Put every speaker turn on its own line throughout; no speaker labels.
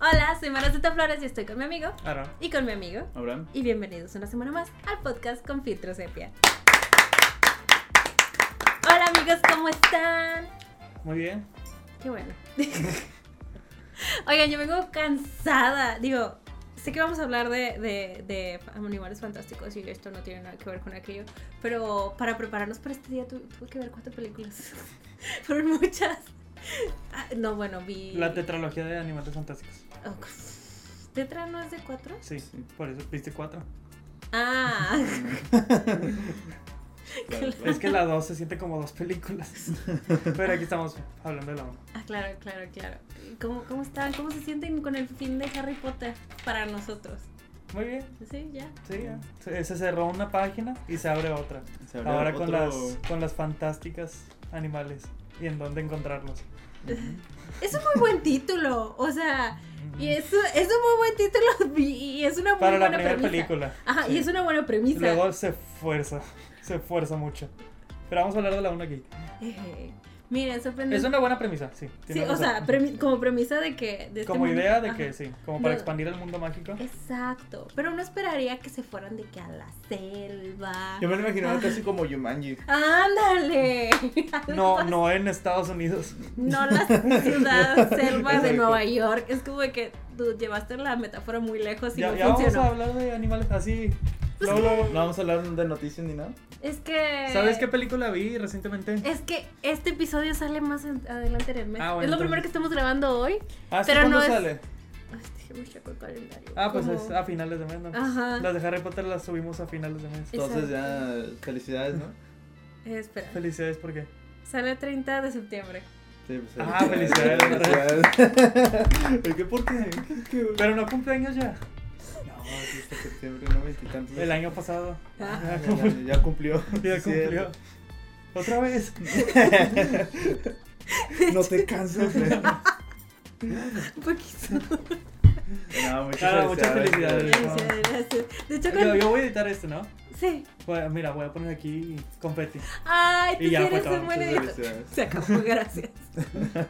Hola, soy Maraceta Flores y estoy con mi amigo
Ahora,
y con mi amigo.
Abraham.
Y bienvenidos una semana más al podcast con Filtro Sepia. Hola amigos, ¿cómo están?
Muy bien.
Qué bueno. Oigan, yo vengo cansada. Digo, sé que vamos a hablar de, de, de animales fantásticos y esto no tiene nada que ver con aquello, pero para prepararnos para este día tu- tuve que ver cuatro películas. Fueron muchas. Ah, no, bueno, vi...
La tetralogía de animales fantásticos.
Oh, ¿Tetra no es de cuatro?
Sí, por eso viste cuatro.
Ah,
Es que la dos se siente como dos películas. Pero aquí estamos hablando de la uno.
ah, claro, claro, claro. ¿Cómo, ¿Cómo están? ¿Cómo se sienten con el fin de Harry Potter para nosotros?
Muy bien.
Sí, ya.
Sí, ya. Se se cerró una página y se abre otra.
Se abrió
Ahora con
otro-
las, con las fantásticas animales y en dónde encontrarlos.
Es un muy buen título, o sea, y es, es un muy buen título y es una muy
Para la
buena
primera
premisa.
película.
Ajá, y
Sí.
es una buena premisa.
Luego se fuerza, se fuerza mucho. Pero vamos a hablar de la 1 aquí.
Eh, miren, sorprendente.
Es una buena premisa, sí.
Sí,
tiene
o
razón.
sea, premi- como premisa de que... de este
como
mundo-
idea de que
ajá.
sí, como para
No.
expandir el mundo mágico.
Exacto, pero uno esperaría que se fueran de que a la selva.
Ah, Yo me lo imaginaba casi como Yumanji.
¡Ándale!
No, no en Estados Unidos.
No la ciudad selva de
Exacto.
Nueva York. Es como de que tú llevaste la metáfora muy lejos y
ya
no
ya vamos
funcionó. Pues
a hablar de animales así. Luego,
No
luego.
vamos a hablar de noticias ni nada.
Es que.
¿Sabes qué película vi recientemente?
Es que este episodio sale más en- adelante en el mes.
Ah, bueno,
es lo primero
entonces.
que estamos grabando hoy.
Ah, ¿sí?
pero
¿Cuándo
no es-
sale?
Ay, déjame checar el calendario.
Ah, pues
Como-
es a finales de mes. ¿no?
Ajá.
Las de Harry Potter las subimos a finales de mes.
Eh.
Entonces ya, felicidades, ¿no?
Eh, espera.
Felicidades porque
Sale el 30 de septiembre.
Sí, pues,
Ah, felicidades.
felicidades. ¿Por qué? ¿Por qué? ¿Qué- qué-
Pero no cumpleaños ya.
No, sí, hasta septiembre, no veintitantos.
El año pasado.
Ah.
Ya, ya- ya cumplió.
Ya
Sí,
cumplió. Otra vez.
No te cansas. ¿eh?
Un poquito.
No, muchas
Ah, muchas felicidades.
Gracias, gracias. De hecho,
Yo,
con...
yo voy a editar esto, ¿no?
Sí.
Voy a- mira, voy a poner aquí confeti.
Ay, tú
Y
sí
ya fue
eres
todo,
un buen
muchas
editor.
felicidades.
Se acabó, gracias. Tú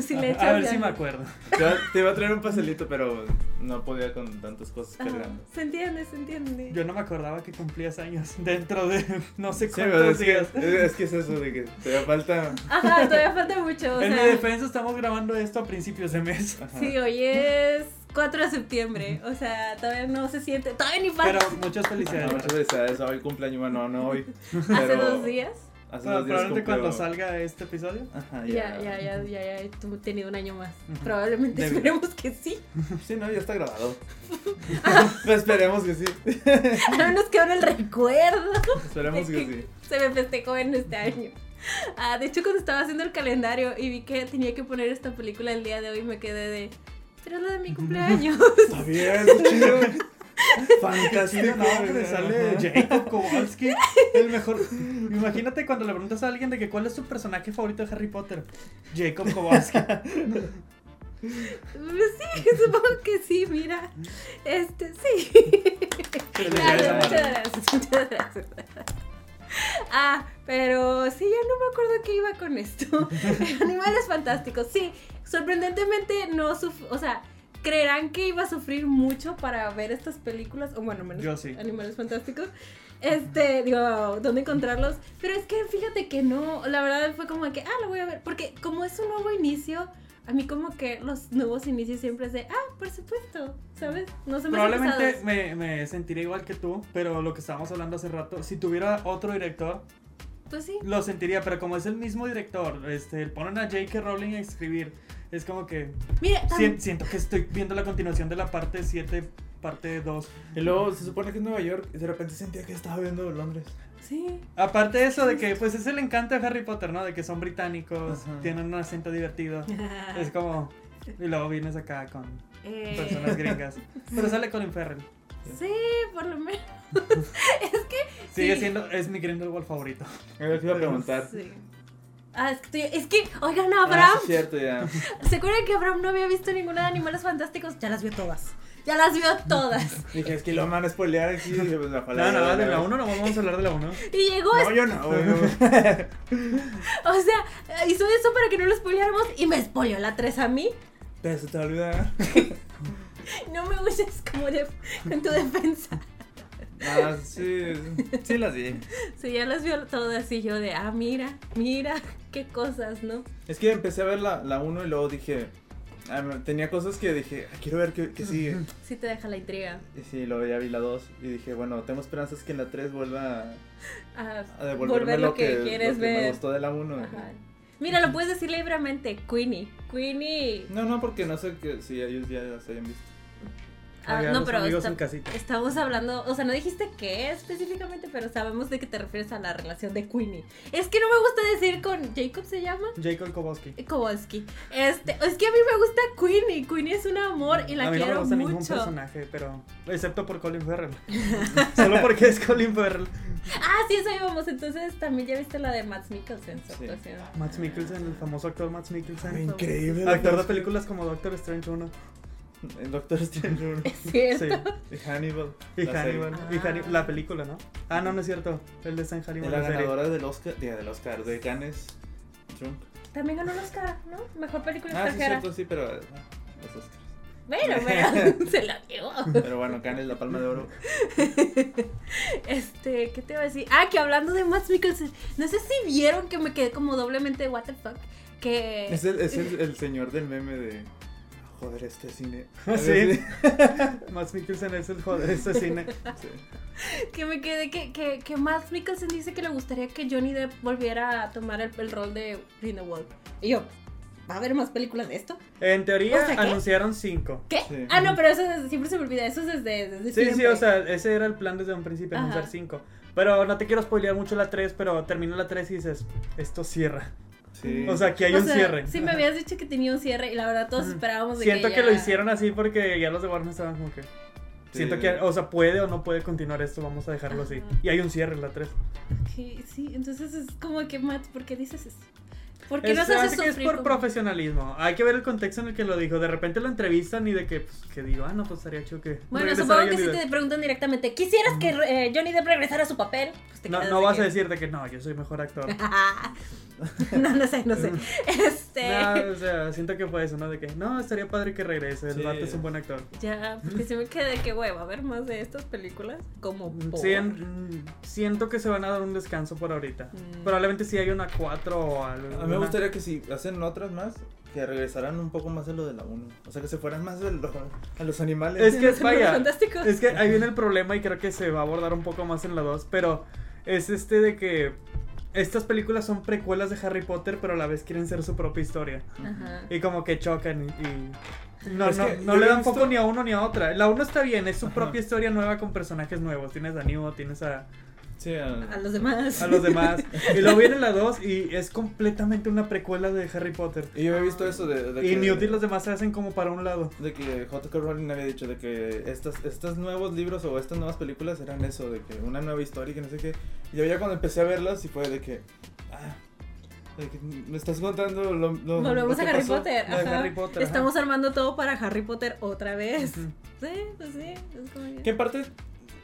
Sí.
sí le
A-
echas
Ah, a ver si me
ganas.
acuerdo.
Te iba- Te iba a traer un pastelito, pero no podía con tantas cosas
Ajá,
cargando.
Se entiende, se entiende.
Yo no me acordaba que cumplías años dentro de no sé
Sí, pero
cuántos
es que,
días.
es, es que es eso de que te falta.
Ajá, todavía falta mucho. O
En mi
sea,
defensa estamos grabando esto a principios de mes.
Ajá.
sí, hoy es 4 de septiembre. O sea, todavía no se siente. Todavía ni falta.
Pero muchas
Ajá,
felicidades.
muchas felicidades. Hoy cumpleaños, bueno, no hoy.
Hace
pero
dos días.
Hace
Bueno,
dos días.
probablemente cuando
cumplió-
salga este episodio.
Ajá,
Ya, ya, ya, ya, ya, he tenido un año más.
Ujú.
Probablemente
De vida.
esperemos que sí.
Sí, no, ya está grabado. Pues esperemos que sí.
Ahora nos quedó en el recuerdo.
Esperemos que sí.
Se me festejó en este año. Ah, de hecho, cuando estaba haciendo el calendario y vi que tenía que poner esta película el día de hoy, me quedé de. Pero es la de mi cumpleaños.
Está bien, chido.
Sí,
Fantástico.
no, hombre, sale
Ajá.
Jacob Kowalski, el mejor. Imagínate cuando le preguntas a alguien de que cuál es su personaje favorito de Harry Potter. Jacob Kowalski.
sí, supongo que sí, mira. Este, sí.
Felicidades,
Gracias, muchas
Amara.
gracias, muchas gracias. Ah, pero sí, ya no me acuerdo qué iba con esto. Animales fantásticos, sí. Sorprendentemente no suf- o sea, creerán que iba a sufrir mucho para ver estas películas, o bueno, menos
Yo sí.
Animales fantásticos. Este, digo, ¿dónde encontrarlos? Pero es que fíjate que no, la verdad fue como que, ah, lo voy a ver, porque como es un nuevo inicio, a mí como que los nuevos inicios siempre es de, ah, por supuesto, ¿sabes? No se me hacen pesados.
Probablemente me, me sentiría igual que tú, pero lo que estábamos hablando hace rato, si tuviera otro director,
Pues sí.
lo sentiría, pero como es el mismo director, este, ponen a J.K. Rowling a escribir, es como que
Mira,
sien-
tam-
siento que estoy viendo la continuación de la parte 7, parte 2.
Y luego se supone que es Nueva York y de repente sentía que estaba viendo Londres.
sí.
Aparte de eso de que pues es el encanto de Harry Potter, ¿no? De que son británicos,
Ajá.
tienen un acento divertido. Es como y luego vienes acá con
Eh,
personas gringas. Pero sale Colin Farrell.
sí, por lo menos. es que.
Sigue
Sí.
siendo es mi Grindelwald favorito.
A ver, te iba a preguntar.
Sí. Ah, es que, estoy- es que, oigan,
Ah,
Abraham.
sí, es cierto, ya.
¿Se acuerdan que Abraham no había visto ninguna de Animales Fantásticos? Ya las vio todas. Ya las vio todas.
Dije, es que lo van a spoilear aquí. pues No,
No, no, de la 1 no vamos a hablar de la 1.
Y llegó,
No, yo no, güey, no.
o sea, hizo eso para que no lo spoileáramos y me spoileó la 3 a mí.
Pero se te olvida.
No me uses como de, en tu defensa.
Ah, sí. Sí las vi.
Sí, ya las vio todas y yo de, ah, mira, mira, qué cosas, ¿no?
Es que empecé a ver la, la 1 y luego dije. ah, me- Tenía cosas que dije, "Ah, quiero ver qué, qué sigue.
Sí te deja la intriga.
Y sí, luego ya vi la 2 y dije, bueno, tengo esperanzas que en la 3 vuelva
Ah,
a devolverme
volver lo que, quieres
lo que me
ver.
gustó de la 1.
Ajá. Mira, lo puedes decir libremente, Queenie. Queenie.
No, no, porque no sé que, si ellos ya las hayan visto.
Ah,
Oigan,
no,
los
pero
amigos
esta-
en casita.
estamos hablando, o sea, no dijiste qué específicamente, pero sabemos de qué te refieres a la relación de Queenie. Es que no me gusta decir con Jacob se llama Eh,
Jacob Kowalski.
Kowalski. Este, es que a mí me gusta Queenie, Queenie es un amor y la
a mí
quiero
no me gusta ningún
mucho.
personaje, pero. Excepto por Colin Farrell. Solo porque es Colin Farrell.
Ah, sí, eso íbamos. Entonces también ya viste la de Max Mikkelsen, su
Sí.
actuación.
Max Mikkelsen, el famoso actor Max Mikkelsen.
Increíble,
Actor de películas como Doctor Strange 1
El Doctor Strange 1.
Es cierto.
sí.
Y Hannibal.
y
la serie.
Hannibal. Y Hanni- la película, ¿no? Ah, no, no es cierto. Él está en
De
Hannibal.
la
la serie.
ganadora del Oscar, diga, del Oscar, de Cannes. Trump.
También ganó el Oscar, ¿no? Mejor película
Ah, sí,
extranjera.
cierto, sí, pero eh, los Oscars.
bueno, pero se la llevó.
Pero bueno, Cannes la palma de oro.
Este, ¿qué te iba a decir? Ah, que hablando de Max Mikkelsen, no sé si vieron que me quedé como doblemente what the fuck, que
Es el, es el, el señor del meme de. Joder, este cine.
Ah, Sí. Max Mikkelsen es el joder de este cine.
Sí.
que me quedé que, que, que Max Mikkelsen dice que le gustaría que Johnny Depp volviera a tomar el, el rol de Grindelwald. Y yo, ¿va a haber más películas de esto?
En teoría
O sea, ¿qué?
anunciaron 5.
¿Qué?
Sí.
Ah, no, pero eso es- siempre se me olvida, eso es desde, desde
Sí, sí,
siempre.
o sea, ese era el plan desde un principio,
Ajá.
anunciar 5. Pero no te quiero spoilear mucho la 3, pero termina la 3 y dices, esto cierra.
sí.
O sea, aquí hay
O
un
sea,
cierre.
Sí, me habías dicho que tenía un cierre y la verdad todos
Ujú.
esperábamos de
Siento que,
que
lo
ya-
hicieron así porque ya los de Warner estaban como que... Siento que, o sea, puede o no puede continuar esto, vamos a dejarlo así.
Ajá.
Y hay un cierre en la 3.
Ok, sí, entonces es como que Matt, ¿por qué dices eso? ¿Por qué nos haces
que es
sufrir?
por
como-
profesionalismo. Hay que ver el contexto en el que lo dijo. De repente lo entrevistan y de que, pues, que digo, ah, no, pues estaría chido que...
Bueno,
regresara
supongo que
Johnny
si
Depp".
te preguntan directamente, ¿quisieras que eh, Johnny Depp regresara a su papel? Pues te
No,
quedas
no
de
vas
que-
a decirte que no, yo soy mejor actor.
no, no sé, no sé. Este.
No, o sea, siento que fue eso, ¿no? De que no, estaría padre que regrese. El
Sí.
vato es un buen actor.
Ya, porque se me quedé que hueva a ver más de estas películas. Como por.
Sí, en- Mm, siento que se van a dar un descanso por ahorita.
Mm.
Probablemente sí hay una 4 o algo.
A mí me gustaría que si hacen otras más, que regresaran un poco más a lo de la 1. O sea, que se fueran más a, lo- a los animales.
Es que-
¿No son
vaya,
los fantásticos?
Es que ahí viene el problema y creo que se va a abordar un poco más en la 2, pero es este de que estas películas son precuelas de Harry Potter, pero a la vez quieren ser su propia historia.
Ajá.
Y como que chocan y... y No,
Es
no,
que
no
yo
le
he
dan
visto-
foco ni a uno ni a otra. La 1 está bien, es su
Ajá.
propia historia nueva con personajes nuevos. Tienes a Newt, tienes a,
Sí,
A
a-
los demás.
a los demás. Y luego viene la 2 y es completamente una precuela de Harry Potter.
Y yo he visto eso de. de
Y
que-
Newt y los demás se hacen como para un lado.
De que J.K. Rowling había dicho de que estas, estos nuevos libros o estas nuevas películas eran eso, de que una nueva historia y que no sé qué. Y yo ya cuando empecé a verlas y fue de que. Ah, de que me estás contando lo. lo
Volvemos
lo
a
que
Harry
pasó.
Potter.
lo de
ajá.
Harry Potter, ajá.
Estamos armando todo para Harry Potter otra vez.
Ujú.
Sí, pues sí. Es como que-
Que en parte.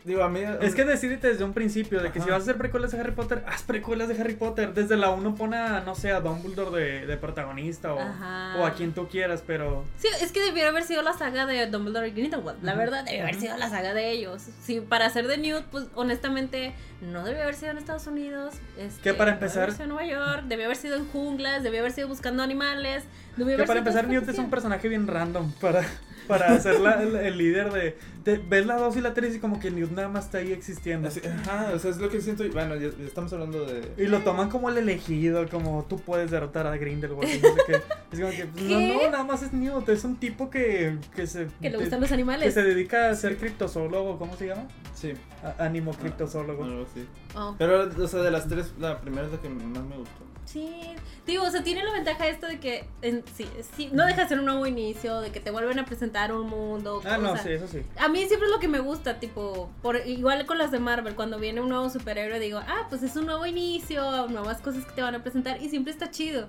Digo, a mí.
Es que decídete desde un principio de que si
Ajá.
vas a hacer precuelas de Harry Potter, haz precuelas de Harry Potter. Desde la 1 pone a, no sé, a Dumbledore de, de protagonista o,
Ajá.
o a quien tú quieras, pero
Sí, es que debiera haber sido la saga de Dumbledore y Grindelwald. La
Ujú.
verdad, debió haber sido la saga de ellos. Sí, para ser de Newt, pues honestamente, no debió haber sido en Estados Unidos. Este,
Que para
debió haber
empezar-
sido en Nueva York, debió haber sido en junglas, debió haber sido buscando animales. debió
Que
haber
para
sido
empezar,
toda
Newt
esta
es un
cuestión.
personaje bien random para, para ser la- el, el líder de, de- Ves la 2 y la 3 y como que Newt nada más está ahí existiendo.
Así- ajá, ah, o sea, es lo que siento. y Bueno, ya, ya estamos hablando de.
Y lo toman como el elegido, como tú puedes derrotar a Grindelwald. y no sé qué. Es como que, pues, no,
¿Qué?
no, nada más es Newt. Es un tipo que, que se.
Que le
que-
gustan los
que
animales.
se dedica a ser criptozoólogo, ¿cómo se llama?
Sí,
A- Ánimo criptozoólogo.
algo así.
Oh,
Pero, o sea, de las tres, la primera es la que más me gustó.
sí. Digo, o sea, tiene la ventaja esta de que en- sí, sí, no deja de ser un nuevo inicio, de que te vuelven a presentar un mundo.
Ah, no,
cosas.
sí, eso sí.
A mí siempre es lo que me gusta, tipo, por, igual con las de Marvel, cuando viene un nuevo superhéroe digo, ah, pues es un nuevo inicio, nuevas cosas que te van a presentar y siempre está chido.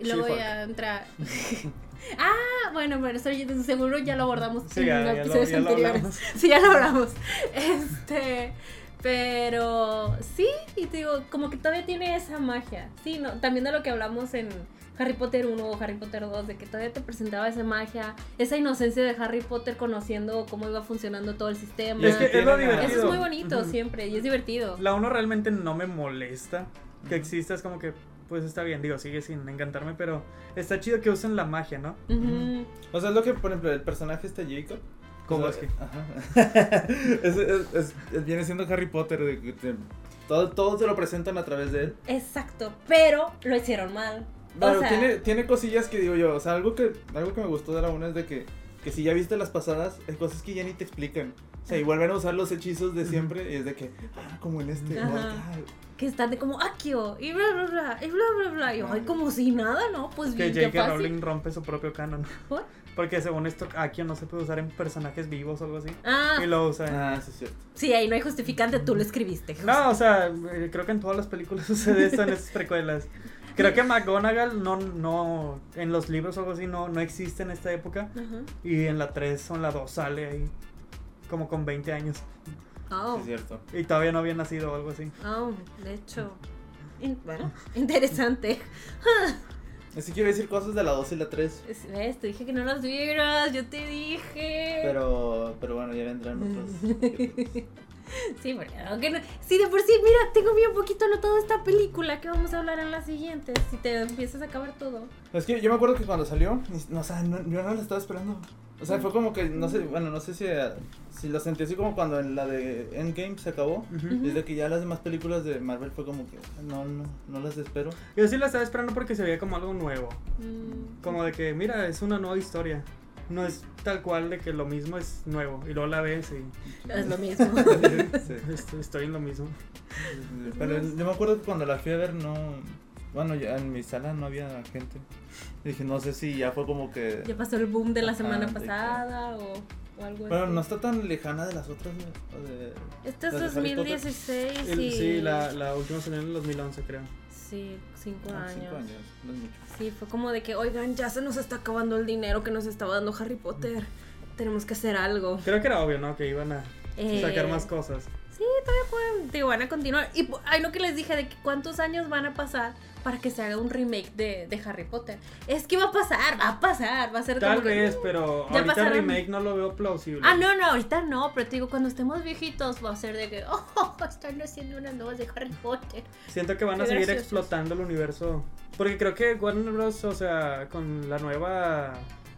Y luego
She-Hulk.
ya entra. ah, bueno, bueno, eso ya- seguro ya lo abordamos
Sí,
pues, en
ya- ya lo-
episodios
ya lo
anteriores.
hablamos.
sí, ya lo hablamos. Este. Pero sí, y te digo, como que todavía tiene esa magia. Sí, no, también de lo que hablamos en Harry Potter 1 o Harry Potter 2, de que todavía te presentaba esa magia, esa inocencia de Harry Potter conociendo cómo iba funcionando todo el sistema.
Y es que es lo
Tienen a-
divertido.
Ah, Eso es muy bonito
Ujú.
siempre y es divertido.
La 1 realmente no me molesta que exista, es como que, pues está bien, digo, sigue sin encantarme, pero está chido que usen la magia, ¿no?
Ujú.
O sea, es lo que, por ejemplo, el personaje está Jacob.
¿Cómo
O
es
sea,
que?
ajá. Es- es- es- es- viene siendo Harry Potter. de que te- todo, todo te lo presentan a través de él.
Exacto, pero lo hicieron mal. O
Pero
sea,
tiene, tiene cosillas que digo yo. O sea, algo que, algo que me gustó de la 1 es de que, que si ya viste las pasadas, hay cosas que ya ni te explican. O sea, y vuelven a usar los hechizos de siempre. Y es de que, ah, como en este.
Ajá.
oh, God.
que están de como Akio y bla bla bla y bla bla bla y ay, como si nada, ¿no? Pues
Que
bien, qué
J.K.
fácil.
Rowling rompe su propio canon.
¿Por?
Porque según esto, Akio no se puede usar en personajes vivos o algo así.
Ah,
Y lo usa. en-
Ah, sí, es cierto.
sí, ahí no hay justificante, tú lo escribiste.
No, o sea, eh, creo que en todas las películas sucede eso en esas precuelas. Creo que McGonagall no, no, en los libros o algo así no, no existe en esta época.
Ajá.
Y en la 3 o en la 2 sale ahí, como con 20 años.
Oh,
Sí, es cierto.
Y todavía no había nacido o algo así.
oh, de hecho. In- bueno, interesante.
Así quiero decir cosas de la 2 y la 3.
Es- ¿Ves? Te dije que no las vieras, yo te dije.
Pero, pero bueno, ya vendrán otros.
Sí, porque aunque no- sí, de por sí, mira, tengo bien poquito anotado esta película que vamos a hablar en la siguiente, si te empiezas a acabar todo.
Es que yo me acuerdo que cuando salió, ni- no, o sea, no- yo no la estaba esperando. O sea, fue como que, no sé, bueno, no sé si, eh, si lo sentí así como cuando en la de Endgame se acabó.
Mm.
Ujú.
Desde que ya las demás películas de Marvel fue como que, no, no, no las espero.
Yo sí la estaba esperando porque se veía como algo nuevo.
Mm.
Como de que, mira, es una nueva historia. No es tal cual de que lo mismo es nuevo. Y luego la ves y
Es lo mismo.
Sí.
est- estoy en lo mismo.
Pero yo me acuerdo que cuando la fui a ver, no. Bueno, ya en mi sala no había gente. Y dije, no sé si ya fue como que.
ya pasó el boom de la
Ajá,
semana
de que-
pasada o, o algo
Pero
así.
no está tan lejana de las otras. ¿no? O de-
Este es
las de Harry
2016
El-
y...
sí, la, la última salió en el 2011, creo.
Sí, cinco
Ah,
años.
cinco años, no es mucho.
Sí, fue como de que, oigan, ya se nos está acabando el dinero que nos estaba dando Harry Potter. Tenemos que hacer algo.
Creo que era obvio, ¿no? Que iban a
Eh,
sacar más cosas.
Sí, todavía pueden, te Eh, van a continuar. Y pu- ay, no que les dije de que cuántos años van a pasar para que se haga un remake de, de Harry Potter. Es que va a pasar, va a pasar, va a ser
Tal
como que,
vez, pero
Ya
ahorita
pasaron.
remake no lo veo plausible.
Ah, no, no, ahorita no, pero te digo, cuando estemos viejitos va a ser de que, oh, están haciendo unas nuevas de Harry Potter.
Siento que van a
Qué
seguir
graciosos.
explotando el universo. Porque creo que Warner Bros., o sea, con la nueva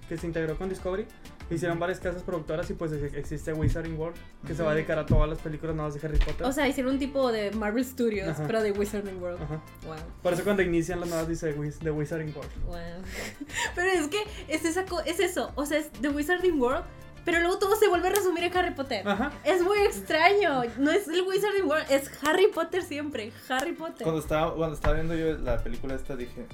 que se integró con Discovery, hicieron varias casas productoras y pues ex- existe Wizarding World, que se va a dedicar a todas las películas nuevas de Harry Potter.
O sea, hicieron un tipo de Marvel Studios,
Ajá. Ah.
pero de Wizarding World.
Ajá.
Wow.
Por eso cuando inician las nuevas dice Wiz- The Wizarding World.
Wow. Pero es que es, esa co- es eso, o sea, es The Wizarding World, pero luego todo se vuelve a resumir en Harry Potter.
Ah.
Ajá.
Es muy extraño, no es el Wizarding World, es Harry Potter siempre, Harry Potter.
Cuando estaba, cuando estaba viendo yo la película esta dije,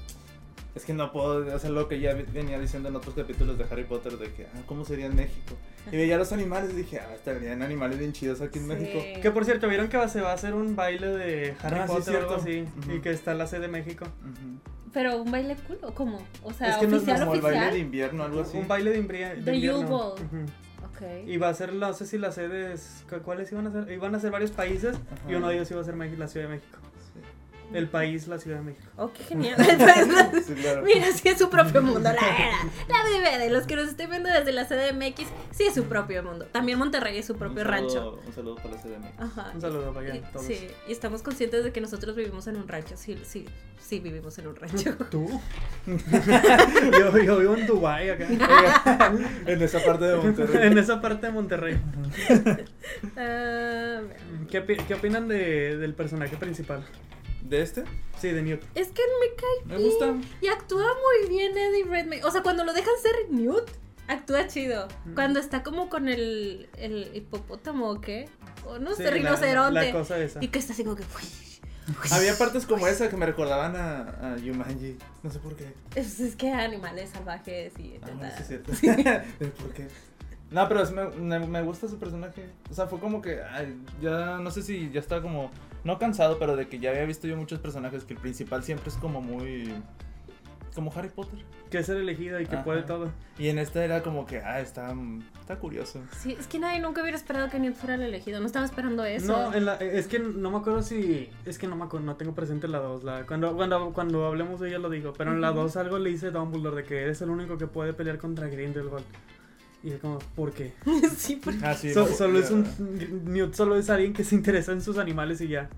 es que no puedo hacer lo que ya vi- venía diciendo en otros capítulos de Harry Potter de que, ah, ¿cómo sería en México? Y veía los animales y dije, ah, estarían animales bien chidos aquí en
Sí.
México.
Que por cierto, vieron que va- se va a hacer un baile de Harry
Ah, sí,
Potter o algo así.
cierto. Ujú.
Y que está en la sede de México.
Ujú.
Pero un baile cool o cómo? O sea,
es que no es
oficial
como el baile de
oficial.
invierno, algo así.
Un baile de, imbrie- de
The
invierno.
Yule Ball.
Ujú.
Ok.
Y va a ser, no sé si las sedes, cu- ¿cuáles iban a ser? Iban a ser varios países
Ajá.
y uno de ellos iba a ser Mex- la Ciudad de México.
Sí.
El país, la Ciudad de México.
Oh, qué genial. Entonces,
Sí, claro.
Mira, sí es su propio mundo, la verdad. La verdad, de los que nos estén viendo desde la CDMX, sí es su propio mundo. También Monterrey es su propio
un
rancho.
saludo- Un saludo para la Ciudad de México.
Ajá.
Un saludo para allá,
Y-
todos.
Sí, y estamos conscientes de que nosotros vivimos en un rancho. Sí, sí, sí vivimos en un rancho.
¿Tú? yo, yo vivo en Dubai acá.
Ah,
en esa parte de Monterrey.
en esa parte de Monterrey.
Ah,
¿Qué, opi- qué opinan de- del personaje principal?
¿De este?
Sí, de Newt.
es que me cae
Me gusta.
bien. Y actúa muy bien Eddie Redmayne. O sea, cuando lo dejan ser Newt, actúa chido. Cuando está como con el, el hipopótamo o qué. O no
Sí,
sé,
la- La,
Pues rinoceronte.
cosa esa.
y que está así como que. "Uy".
Había partes como esa que me recordaban a, a Yumanji. No sé por qué.
Es, es que animales salvajes y.
Ah,
ta,
bueno,
ta.
sí es cierto. Pero, ¿Por qué? No, pero sí me, me, me gusta su personaje. O sea, fue como que ay, ya no sé si ya estaba como no cansado, pero de que ya había visto yo muchos personajes que el principal siempre es como muy como Harry Potter.
Que es el elegido y que
Ajá.
puede todo.
Y en esta era como que, ah, está, mm, está curioso.
Sí, es que nadie nunca hubiera esperado que Newt fuera el elegido. No estaba esperando eso.
No, en la- es que no me acuerdo si. Es que no me acuerdo, no tengo presente la 2. La, cuando, cuando, cuando hablemos de ella lo digo. Pero en la
Ujú.
2 algo le dice Dumbledore de que eres el único que puede pelear contra Grindelwald. Y es como, ¿por qué?
sí, porque...
Ah, sí,
So-
me-
solo es
ya.
un. Newt solo es alguien que se interesa en sus animales y ya.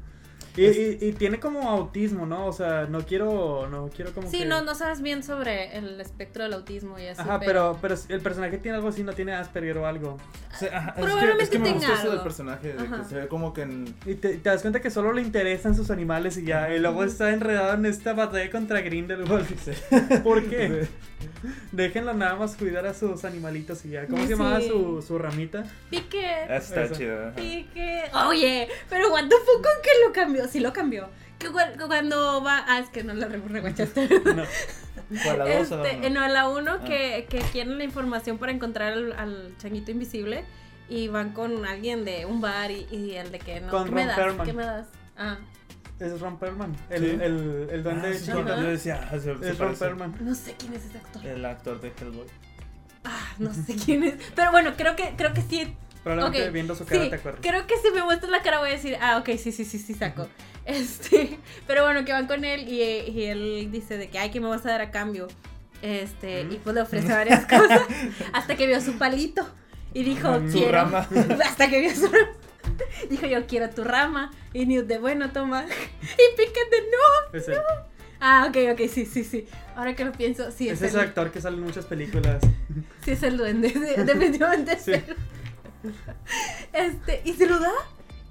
Y, y- y tiene como autismo, ¿no? O sea, no quiero. No quiero como.
Sí,
que-
no, no sabes bien sobre el espectro del autismo y así.
Ajá, pero, pero el personaje tiene algo así, no tiene Asperger o algo.
O sea, ajá, es que-
Probablemente
es que, me
tenga
gusta eso
algo.
del personaje, de
Ajá.
que se ve como que en...
Y te, te das cuenta que solo le interesan sus animales y ya. Y luego está enredado en esta batalla contra Grindelwald. ¿Por qué? Déjenlo nada más cuidar a sus animalitos y ya. ¿Cómo se
Sí.
llamaba su, su ramita?
Pique.
ah, Está
Eso.
chido. ajá.
Pique. Oye, pero what the fuck con que lo cambió. Sí lo cambió. Que cu- cuando va. Ah, es que no la reguachaste.
No.
¿Cuál, la dos o la
Este,
uno?
no, la uno
Ah.
que, que quieren la información para encontrar al, al changuito invisible y van con alguien de un bar y, y el de que no.
Con
¿Qué me
Ron
das?
Perlman.
¿Qué me das? Ah,
Es Ron Perlman. El,
Sí.
el, el, duende
Ah,
de
sí,
Chiquita.
Ajá.
Yo decía, ah, se- se
Es Ron
parece.
Perlman.
no sé quién es ese actor.
El actor de Hellboy.
Ah, no sé quién es. Pero bueno, creo que, creo que sí
Probablemente
Ok,
viendo su cara
sí,
te acuerdas.
Creo que si me muestras la cara voy a decir, ah, ok, sí, sí, sí, sí, saco. Este, pero bueno, que van con él y, y él dice de que, ay, ¿qué me vas a dar a cambio? Este, y pues le ofrece varias
Mm.
cosas hasta que vio su palito y dijo,
Su
quiero.
rama.
Hasta que vio su rama. Dijo, yo quiero tu rama. Y Newt de, bueno, toma. Y Pickett de, no.
Es, él.
Ah, ok, ok, sí, sí, sí. Ahora que lo pienso, sí,
es
es,
ese
el,
actor que sale en muchas películas.
sí es el duende. sí, definitivamente es
Sí.
él. Este, y se lo da.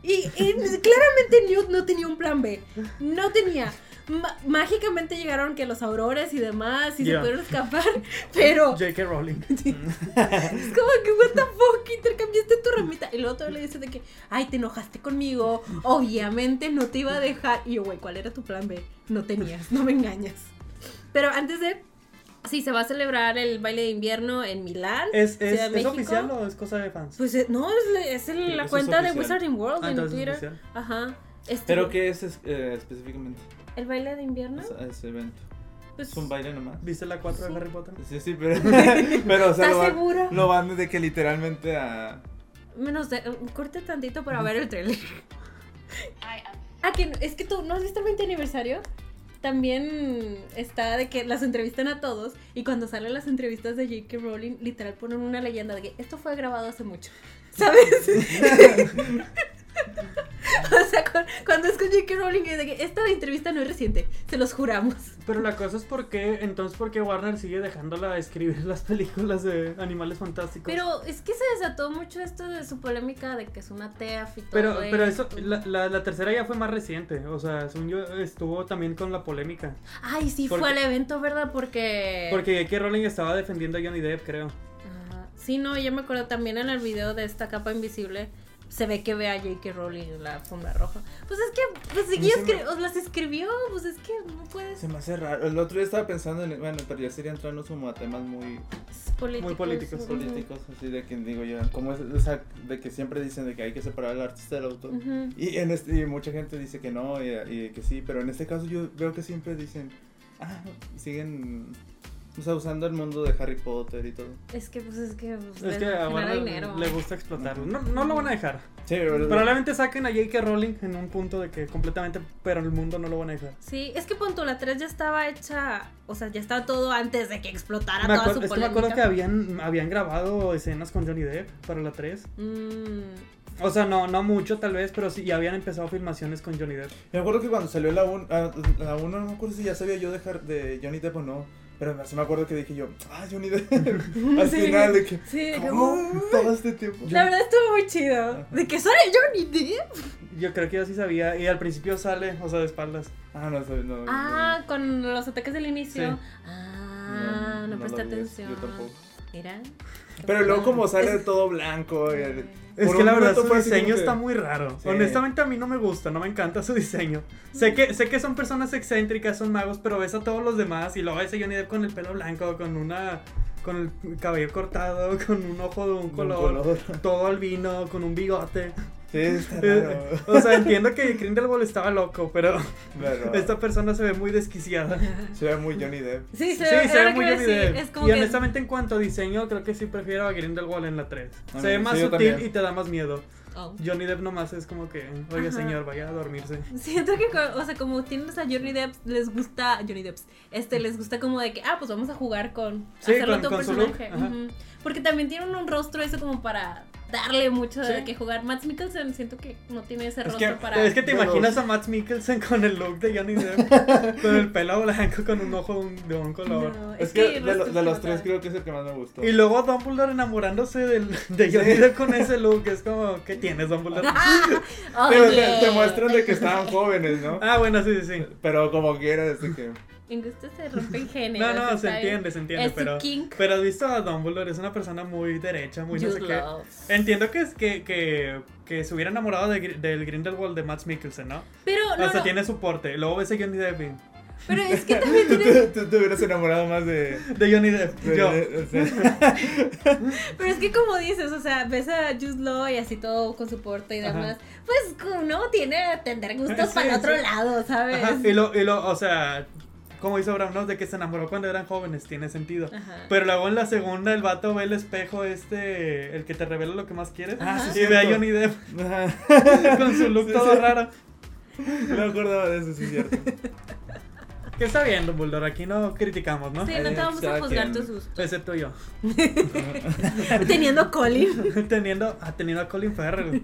Y, y claramente Newt no tenía un plan B. No tenía. Ma- mágicamente llegaron que los aurores y demás y
Yeah.
se pudieron escapar, pero
J.K. Rowling.
es como que what the fuck, intercambiaste tu ramita y luego todavía le dices de que, ay, te enojaste conmigo, obviamente no te iba a dejar y yo, güey, ¿cuál era tu plan B? No tenías, no me engañas. Pero antes de, sí, se va a celebrar el baile de invierno en Milán.
¿Es, es,
Ciudad de
es
México.
oficial o es cosa de fans?
Pues eh, no, es, es el-
Eso
la
es
cuenta de
oficial.
Wizarding World
Ah,
en
entonces es
Twitter.
oficial.
Ajá. Este-
¿Pero qué es es- eh, específicamente?
¿El baile de invierno?
Ese- Ese evento.
Pues,
Es un baile nomás.
¿Viste la 4
Sí.
de Harry Potter?
Sí, sí, pero. pero o sea,
¿Estás
lo van,
segura?
lo van de que literalmente a.
Menos de. eh, Corte tantito para ver el trailer. Ah, que no- es que tú no has visto el 20 aniversario. También está de que las entrevistan a todos y cuando salen las entrevistas de J.K. Rowling, literal ponen una leyenda de que esto fue grabado hace mucho. ¿Sabes? o sea, cu- cuando es con J.K. Rowling es de que esta entrevista no es reciente, se los juramos.
Pero la cosa es por qué, entonces, por qué Warner sigue dejándola escribir las películas de Animales Fantásticos.
Pero es que se desató mucho esto de su polémica de que es una TEAF y todo
Pero, pero eso,
esto.
la, la, la tercera ya fue más reciente, o sea, según yo estuvo también con la polémica.
Ay, sí,
Porque-
fue al evento, ¿verdad? Porque...
Porque J.K. Rowling estaba defendiendo a Johnny Depp, creo.
Ajá. Sí, no, yo me acuerdo también en el video de esta capa invisible. Se ve que ve a J.K. Rowling en la funda roja. Pues es que, pues
mí
seguía
se me-
escri- o las escribió, pues es que no puedes.
Se me hace raro. El otro día estaba pensando en. Bueno, pero ya sería entrarnos como a temas muy
Es político,
Muy políticos,
ujú.
políticos, así de que digo yo. Como es. O sea, de que siempre dicen de que hay que separar al artista del autor.
Ujú.
Y, en este, y mucha gente dice que no y, y que sí, pero en este caso yo veo que siempre dicen, ah, siguen o sea, usando el mundo de Harry Potter y todo.
Es que, pues es que. Pues,
Es
les
que a
genera
Warner
dinero.
le gusta explotarlo.
Ujú.
No, no lo van a dejar.
Sí, pero,
Probablemente saquen a J.K. Rowling en un punto de que completamente, pero el mundo no lo van a dejar.
Sí, es que Ponto la 3 ya estaba hecha. O sea, ya estaba todo antes de que explotara
Me
toda
acuerdo,
su
es que me
polémica.
acuerdo que habían, habían grabado escenas con Johnny Depp para la 3.
Mm,
O sea, no, no mucho tal vez, pero sí, ya habían empezado filmaciones con Johnny Depp.
me acuerdo que cuando salió la 1, la uno, no me acuerdo si ya sabía yo de, Har- de Johnny Depp o no, pero sí me acuerdo que dije yo, ah, Johnny Depp, al
Sí.
final de que,
sí, de que,
¿cómo?
uh,
Todo este tiempo.
La verdad estuvo muy chido.
Ajá.
De que sale Johnny Depp.
Yo creo que yo sí sabía, y al principio sale, o sea, de espaldas.
Ah, no, sé, no.
Ah, con los ataques del inicio.
Sí.
Ah, no,
lo
presté
vi,
atención.
Yo tampoco.
Mira.
Pero luego como sale
Es- Ah.
todo blanco. y-
Es
por
que
un
la verdad
momento
su
fue así como
diseño
que-
está muy raro.
Sí.
Honestamente a mí no me gusta, no me encanta su diseño. Sé que, sé que son personas excéntricas, son magos, pero ves a todos los demás y luego ves a Johnny Depp con el pelo blanco, con una con el cabello cortado, con un ojo de un
de un
color, todo albino, con un bigote.
Sí, está
Eh,
raro.
O sea, entiendo que Grindelwald estaba loco, pero
Raro.
esta persona se ve muy desquiciada.
Se ve muy Johnny Depp.
Sí, se,
Sí,
ve-
se
era
ve
lo que iba a
muy bien
decir,
idea.
Es como
Y
que-
honestamente, en cuanto a diseño, creo que sí prefiero a Grindelwald en la 3.
Ah,
se ve
sí,
más
yo
sutil y
también.
te da más miedo.
Oh.
Johnny Depp nomás es como que, oiga
Ajá.
señor, vaya a dormirse.
Siento que, co- o sea, como tienes a Johnny Depp, les gusta Johnny Depp. Este, les gusta como de que, ah, pues vamos a jugar con
Sí,
hacerlo
con-
tu
con su
personaje.
look, ajá.
Ujú. Porque también tienen un rostro eso como para darle mucho de
Sí.
que jugar. Matt Mikkelsen siento que no tiene ese
Es
rostro
que,
para.
es que te
Pero-
imaginas a Matt Mikkelsen con el look de Johnny Depp, con el pelo blanco, con un ojo de un- de un color.
No,
Es, que, de, lo-
rostros
de los
no
tres
saben.
creo que es el que más me gustó.
Y luego Dumbledore enamorándose del, de Johnny Depp con ese look. Es como, ¿qué tienes, Dumbledore?
Oh,
Pero
yeah.
te, te muestran de que estaban jóvenes, ¿no?
Ah, bueno, sí, sí, sí.
Pero como quiera, desde que.
Me gusta se rompen géneros.
No, no, se
¿sabes?
entiende, se entiende,
Es su
pero...
kink.
Pero has visto a Dumbledore, es una persona muy derecha, muy no
Jude
sé qué.
Law.
Entiendo que, es que, que, que se hubiera enamorado de Gr- del Grindelwald de Matt Mikkelsen, ¿no?
Pero, no,
Hasta
no,
tiene su porte. Luego ves a Johnny Depp. y-
pero es que también
Tú
tiene
te, tú te hubieras enamorado más de.
De Johnny Depp.
de-
Yo.
de- de-
Pero es que como dices, o sea, ves a Jude Law y así todo con su porte y
Ajá.
demás, pues uno tiene a tener gustos
Sí,
para el otro
sí.
lado, ¿sabes?
Ajá, y, lo, y lo, o sea, como dice Abraham, ¿no? De que se enamoró cuando eran jóvenes, tiene sentido.
Ajá.
Pero luego en la segunda el vato ve el espejo este, el que te revela lo que más quieres.
Ah, sí,
y ve a
cierto.
Johnny Depp
Ajá.
con su look
Sí,
todo
sí.
raro.
No me acordaba de eso, sí, es cierto.
Que está bien, Dumbledore, aquí no criticamos, ¿no?
Sí, no te vamos a
Cada
juzgar
quien.
tus gustos.
Excepto yo.
Teniendo a Colin.
Teniendo, ah, teniendo a Colin Farrell.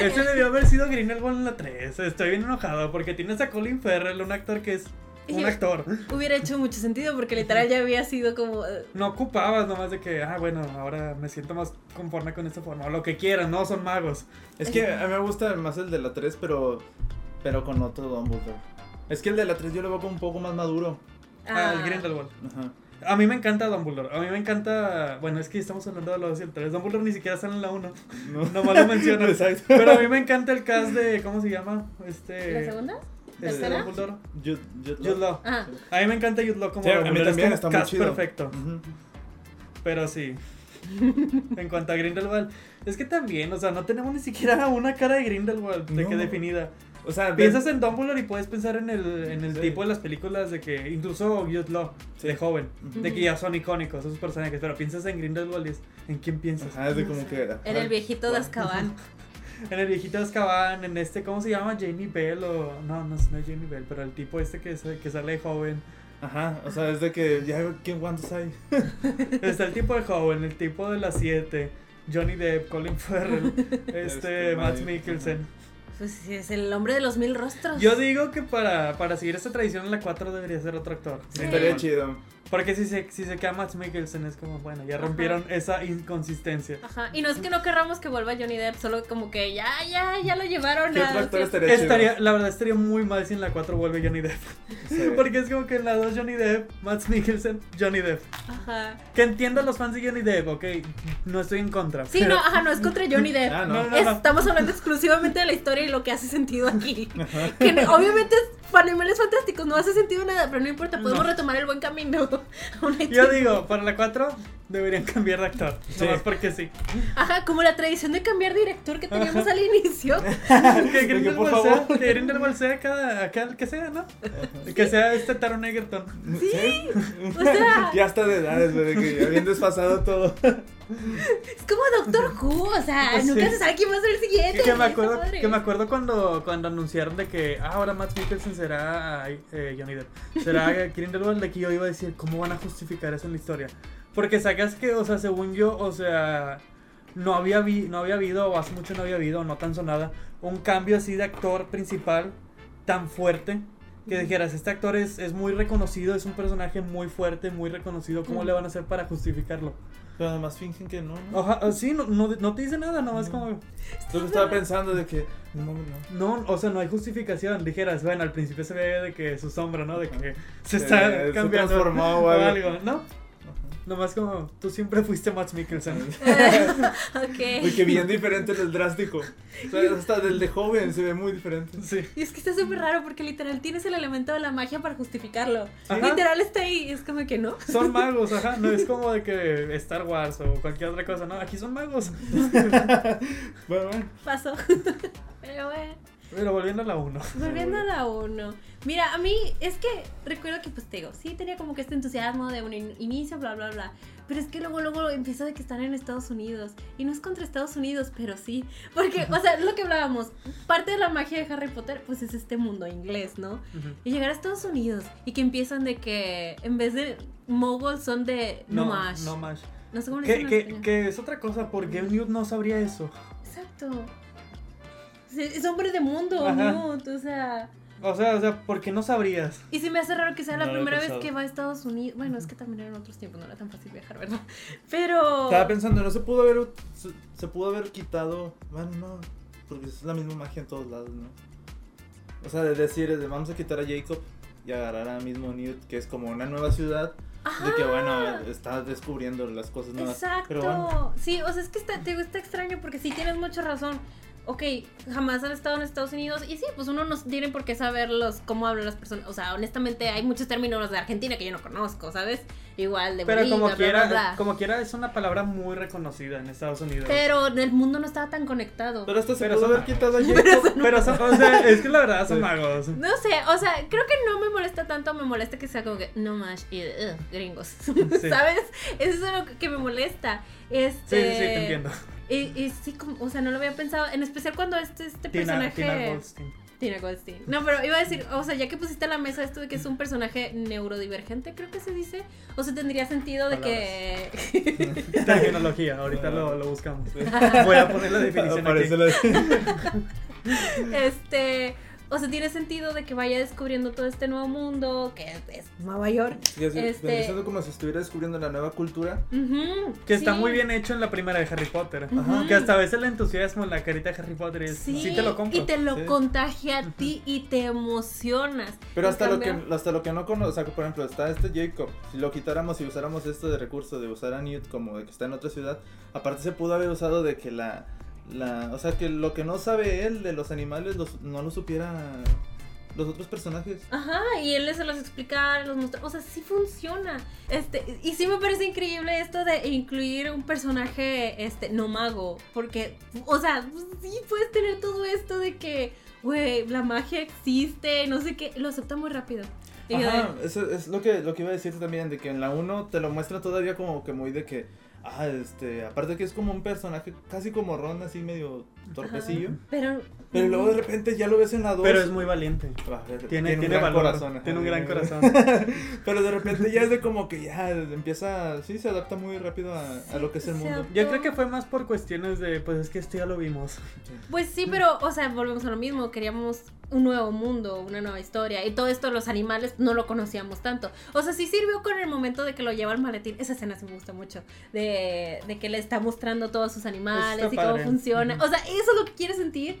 Ese debió haber sido Grindelwald en la 3. Estoy bien enojado porque tienes a Colin Farrell, un actor que es un
Sí.
actor.
Hubiera hecho mucho sentido porque literal ya había sido como... eh,
No ocupabas nomás de que, ah, bueno, ahora me siento más conforme con esta forma. O lo que quieran, no, son magos.
Es que a mí me gusta más el de la 3, pero. Pero con otro Dumbledore. Es que el de la 3 yo lo veo como un poco más maduro.
Ah, el
ah,
Grindelwald.
Ajá.
A mí me encanta Dumbledore. A mí me encanta. Bueno, es que estamos hablando de los 3. Dumbledore ni siquiera sale en la 1.
No.
Nomás lo menciono.
Exacto.
Pero a mí me encanta el cast de. ¿Cómo se llama? Este.
¿La segunda?
este
¿Tercera?
Dumbledore.
Jude, Jude Law.
Jude Law.
Ah,
A mí me encanta Jude Law como
Sí, a mí
Dumbledore, es
también
como
está muy
cast
chido.
perfecto.
Ujú.
Pero sí. en cuanto a Grindelwald, es que también, o sea, no tenemos ni siquiera una cara de Grindelwald de
No.
que definida.
O sea, de-
Piensas en Dumbledore y puedes pensar en el, en el
Sí.
tipo de las películas de que incluso Jude Law de joven,
Ujú.
de que ya son icónicos esos personajes, pero piensas en Grindelwald y es ¿en quién piensas?
Ajá, es de como que era.
en el viejito de Azkaban.
En el viejito de Azkaban, en este ¿cómo se llama? Jamie Bell o no, no, es- no es Jamie Bell, pero el tipo este que, se- que sale de joven.
Ajá, o sea, es de que ya ¿qué cuántos hay?
Está el tipo de joven, el tipo de las 7, Johnny Depp, Colin Farrell, este
Este,
Matt
Mike,
Mikkelsen.
Pues sí, es el hombre de los mil rostros.
Yo digo que para, para seguir esta tradición en la 4 debería ser otro actor.
Sí.
Estaría chido.
Porque si se, si se queda Matt Mikkelsen es como, bueno, ya rompieron esa inconsistencia.
Ajá, y no es que no querramos que vuelva Johnny Depp, solo como que ya, ya, ya lo llevaron
¿Qué otro
a...
actor estaría chido?
Estaría, la verdad estaría muy mal si en la 4 vuelve Johnny Depp.
Sí.
Porque es como que en la 2 Johnny Depp, Matt Mikkelsen, Johnny Depp.
Ajá.
Que entiendo a los fans de Johnny Depp, ok, no estoy en contra.
Sí,
pero-
no, ajá, no es contra Johnny Depp.
Ah,
No,
no.
no,
Es- Estamos hablando exclusivamente de la historia y lo que hace sentido aquí. Que no- obviamente es- para animales fantásticos no hace sentido nada, pero no importa, podemos
No.
retomar el buen camino. Aún hay
Yo
tiempo.
digo, para la 4 deberían cambiar de actor.
Sí.
Nomás porque sí.
Ajá, como la tradición de cambiar director que teníamos al inicio.
Que
Porque, por
Grindelwald sea,
favor.
que Grindelwald sea cada, cada- que sea, ¿no? Que sea este Taron Egerton.
Sí,
¿Sí?
o sea-
ya está de edades, güey, de que ya bien desfasado todo.
Es como Doctor Who, o sea,
Sí.
nunca se sabe quién va a ser el siguiente.
Que me
Esa
acuerdo,
madre.
que me acuerdo cuando, cuando anunciaron de que ah, ahora Matt Mikkelsen será eh, Johnny Depp. Será Grindelwald de que yo iba a decir cómo van a justificar eso en la historia. Porque sacas que, o sea, según yo, o sea, no había, vi- no había habido, o hace mucho no había habido, no tan sonada, un cambio así de actor principal tan fuerte. Que dijeras, este actor es, es muy reconocido, es un personaje muy fuerte, muy reconocido. ¿Cómo
Ujú.
le van a hacer para justificarlo?
Pero además fingen que no, ¿no?
Oja- sí, no, no, no te dice nada, no, es como...
Yo que estaba pensando de que, no, no.
No, o sea, no hay justificación. Dijeras, bueno, al principio se ve de que su sombra, ¿no? De que se
Sí,
está
Eh, se
cambiando.
transformó o
o
algo.
algo, ¿no? Nomás como, tú siempre fuiste Max Mikkelsen.
ok.
Porque bien diferente del drástico. O sea, hasta del de joven se ve muy diferente.
Sí.
Y es que está súper raro porque literal tienes el elemento de la magia para justificarlo.
Ajá.
Literal está ahí y es como que no.
Son magos, ajá. No es como de que Star Wars o cualquier otra cosa, no. Aquí son magos.
Bueno, bueno.
Pasó. Pero bueno.
Pero volviendo a la 1.
Volviendo a la 1. Mira, a mí es que recuerdo que, pues te digo, sí tenía como que este entusiasmo de un in- inicio, bla, bla, bla. Pero es que luego, luego empieza de que están en Estados Unidos. Y no es contra Estados Unidos, pero sí. Porque, o sea, es lo que hablábamos. Parte de la magia de Harry Potter, pues es este mundo inglés, ¿no? Y llegar a Estados Unidos y que empiezan de que en vez de mogul son de
No,
nomash.
no
No,
más.
sé cómo le
Que,
dicen en
que,
español.
que es otra cosa, porque Newt no sabría eso.
Exacto. Es- Es hombre de mundo,
Ajá.
¿no? O sea.
O sea, o sea, porque no sabrías.
Y se me hace raro que sea la
No lo he
primera vez
pensado.
que va a Estados Unidos. Bueno, es que también eran otros tiempos, no era tan fácil viajar, ¿verdad? Pero.
Estaba pensando, no se pudo haber se, se pudo haber quitado, bueno, no, porque es la misma magia en todos lados, ¿no? O sea, de decir, de, vamos a quitar a Jacob y agarrar a mismo Newt, que es como una nueva ciudad,
Ajá,
de que bueno, está descubriendo las cosas nuevas.
Exacto.
Pero bueno,
Sí, o sea, es que está, te digo, está extraño porque sí tienes mucha razón. Ok, jamás han estado en Estados Unidos y sí, pues uno no tiene por qué saber los, cómo hablan las personas. O sea, honestamente hay muchos términos de Argentina que yo no conozco, ¿sabes? Igual de
Pero
Bolivia,
como
bla,
quiera,
bla, bla.
como quiera es una palabra muy reconocida en Estados Unidos.
Pero el mundo no estaba tan conectado.
pero hasta se
Pero
pudo
son
haber quitado a
Pero,
Jacob.
pero son- o sea, es que la verdad son magos.
No sé, o sea, creo que no me molesta tanto, me molesta que sea como que no más y de, "Ugh, gringos, ¿sabes? Eso es lo que me molesta.
Sí, sí, sí,
Este,
te entiendo.
Y, y sí, como, o sea, no lo había pensado, en especial cuando este, este
Tina,
personaje...
Tina Goldstein.
Tina Goldstein. No, pero iba a decir, o sea, ya que pusiste a la mesa esto de que es un personaje neurodivergente, creo que se dice, o sea, tendría sentido de que...
Terminología, ahorita lo, lo buscamos. Voy a poner la definición aquí.
Aparece la-
este... O sea, tiene sentido de que vaya descubriendo todo este nuevo mundo, que es Nueva York.
Sí, así,
Este-
vendría siendo como si estuviera descubriendo la nueva cultura.
Ujú,
Que está
sí.
muy bien hecho en la primera de Harry Potter.
Ujú.
Que hasta a veces el entusiasmo en la carita de Harry Potter es, sí, te lo compro.
Y te lo
Sí.
contagia a ti y te emocionas.
Pero
En
hasta lo, que,
cambio-
hasta lo que no conozco, o sea, que, por ejemplo, está este Jacob. Si lo quitáramos y usáramos esto de recurso de usar a Newt como de que está en otra ciudad, aparte se pudo haber usado de que la. la o sea, que lo que no sabe él de los animales los- no lo supiera los otros personajes.
Ajá, y él se los explica, los muestra. O sea, sí funciona. Este, y sí me parece increíble esto de incluir un personaje este, no mago. Porque, o sea, sí puedes tener todo esto de que, güey, la magia existe, no sé qué. Lo acepta muy rápido. Y yo
Ajá,
de-
eso es lo que, lo que iba a decirte también, de que en la 1 te lo muestra todavía como que muy de que. Ah, este. Aparte que es como un personaje casi como Ron, así medio torpecillo.
ajá, Pero.
Pero luego de repente ya lo ves en la 2.
Pero es muy valiente.
Ah,
Tiene, tiene, valor.
ajá,
tiene un gran corazón.
Pero de repente ya es de como que ya empieza, sí, se adapta muy rápido a, a lo que es el
Sí, se
mundo.
adapta.
Yo creo que fue más por cuestiones de, pues es que esto ya lo vimos.
Pues sí, pero, o sea, volvemos a lo mismo. Queríamos un nuevo mundo, una nueva historia. Y todo esto, los animales, no lo conocíamos tanto. O sea, sí sirvió con el momento de que lo lleva al maletín. Esa escena sí me gusta mucho. De, de que le está mostrando todos sus animales
Eso está
y cómo
padre.
funciona.
Ujú.
O sea, eso es lo que quiere sentir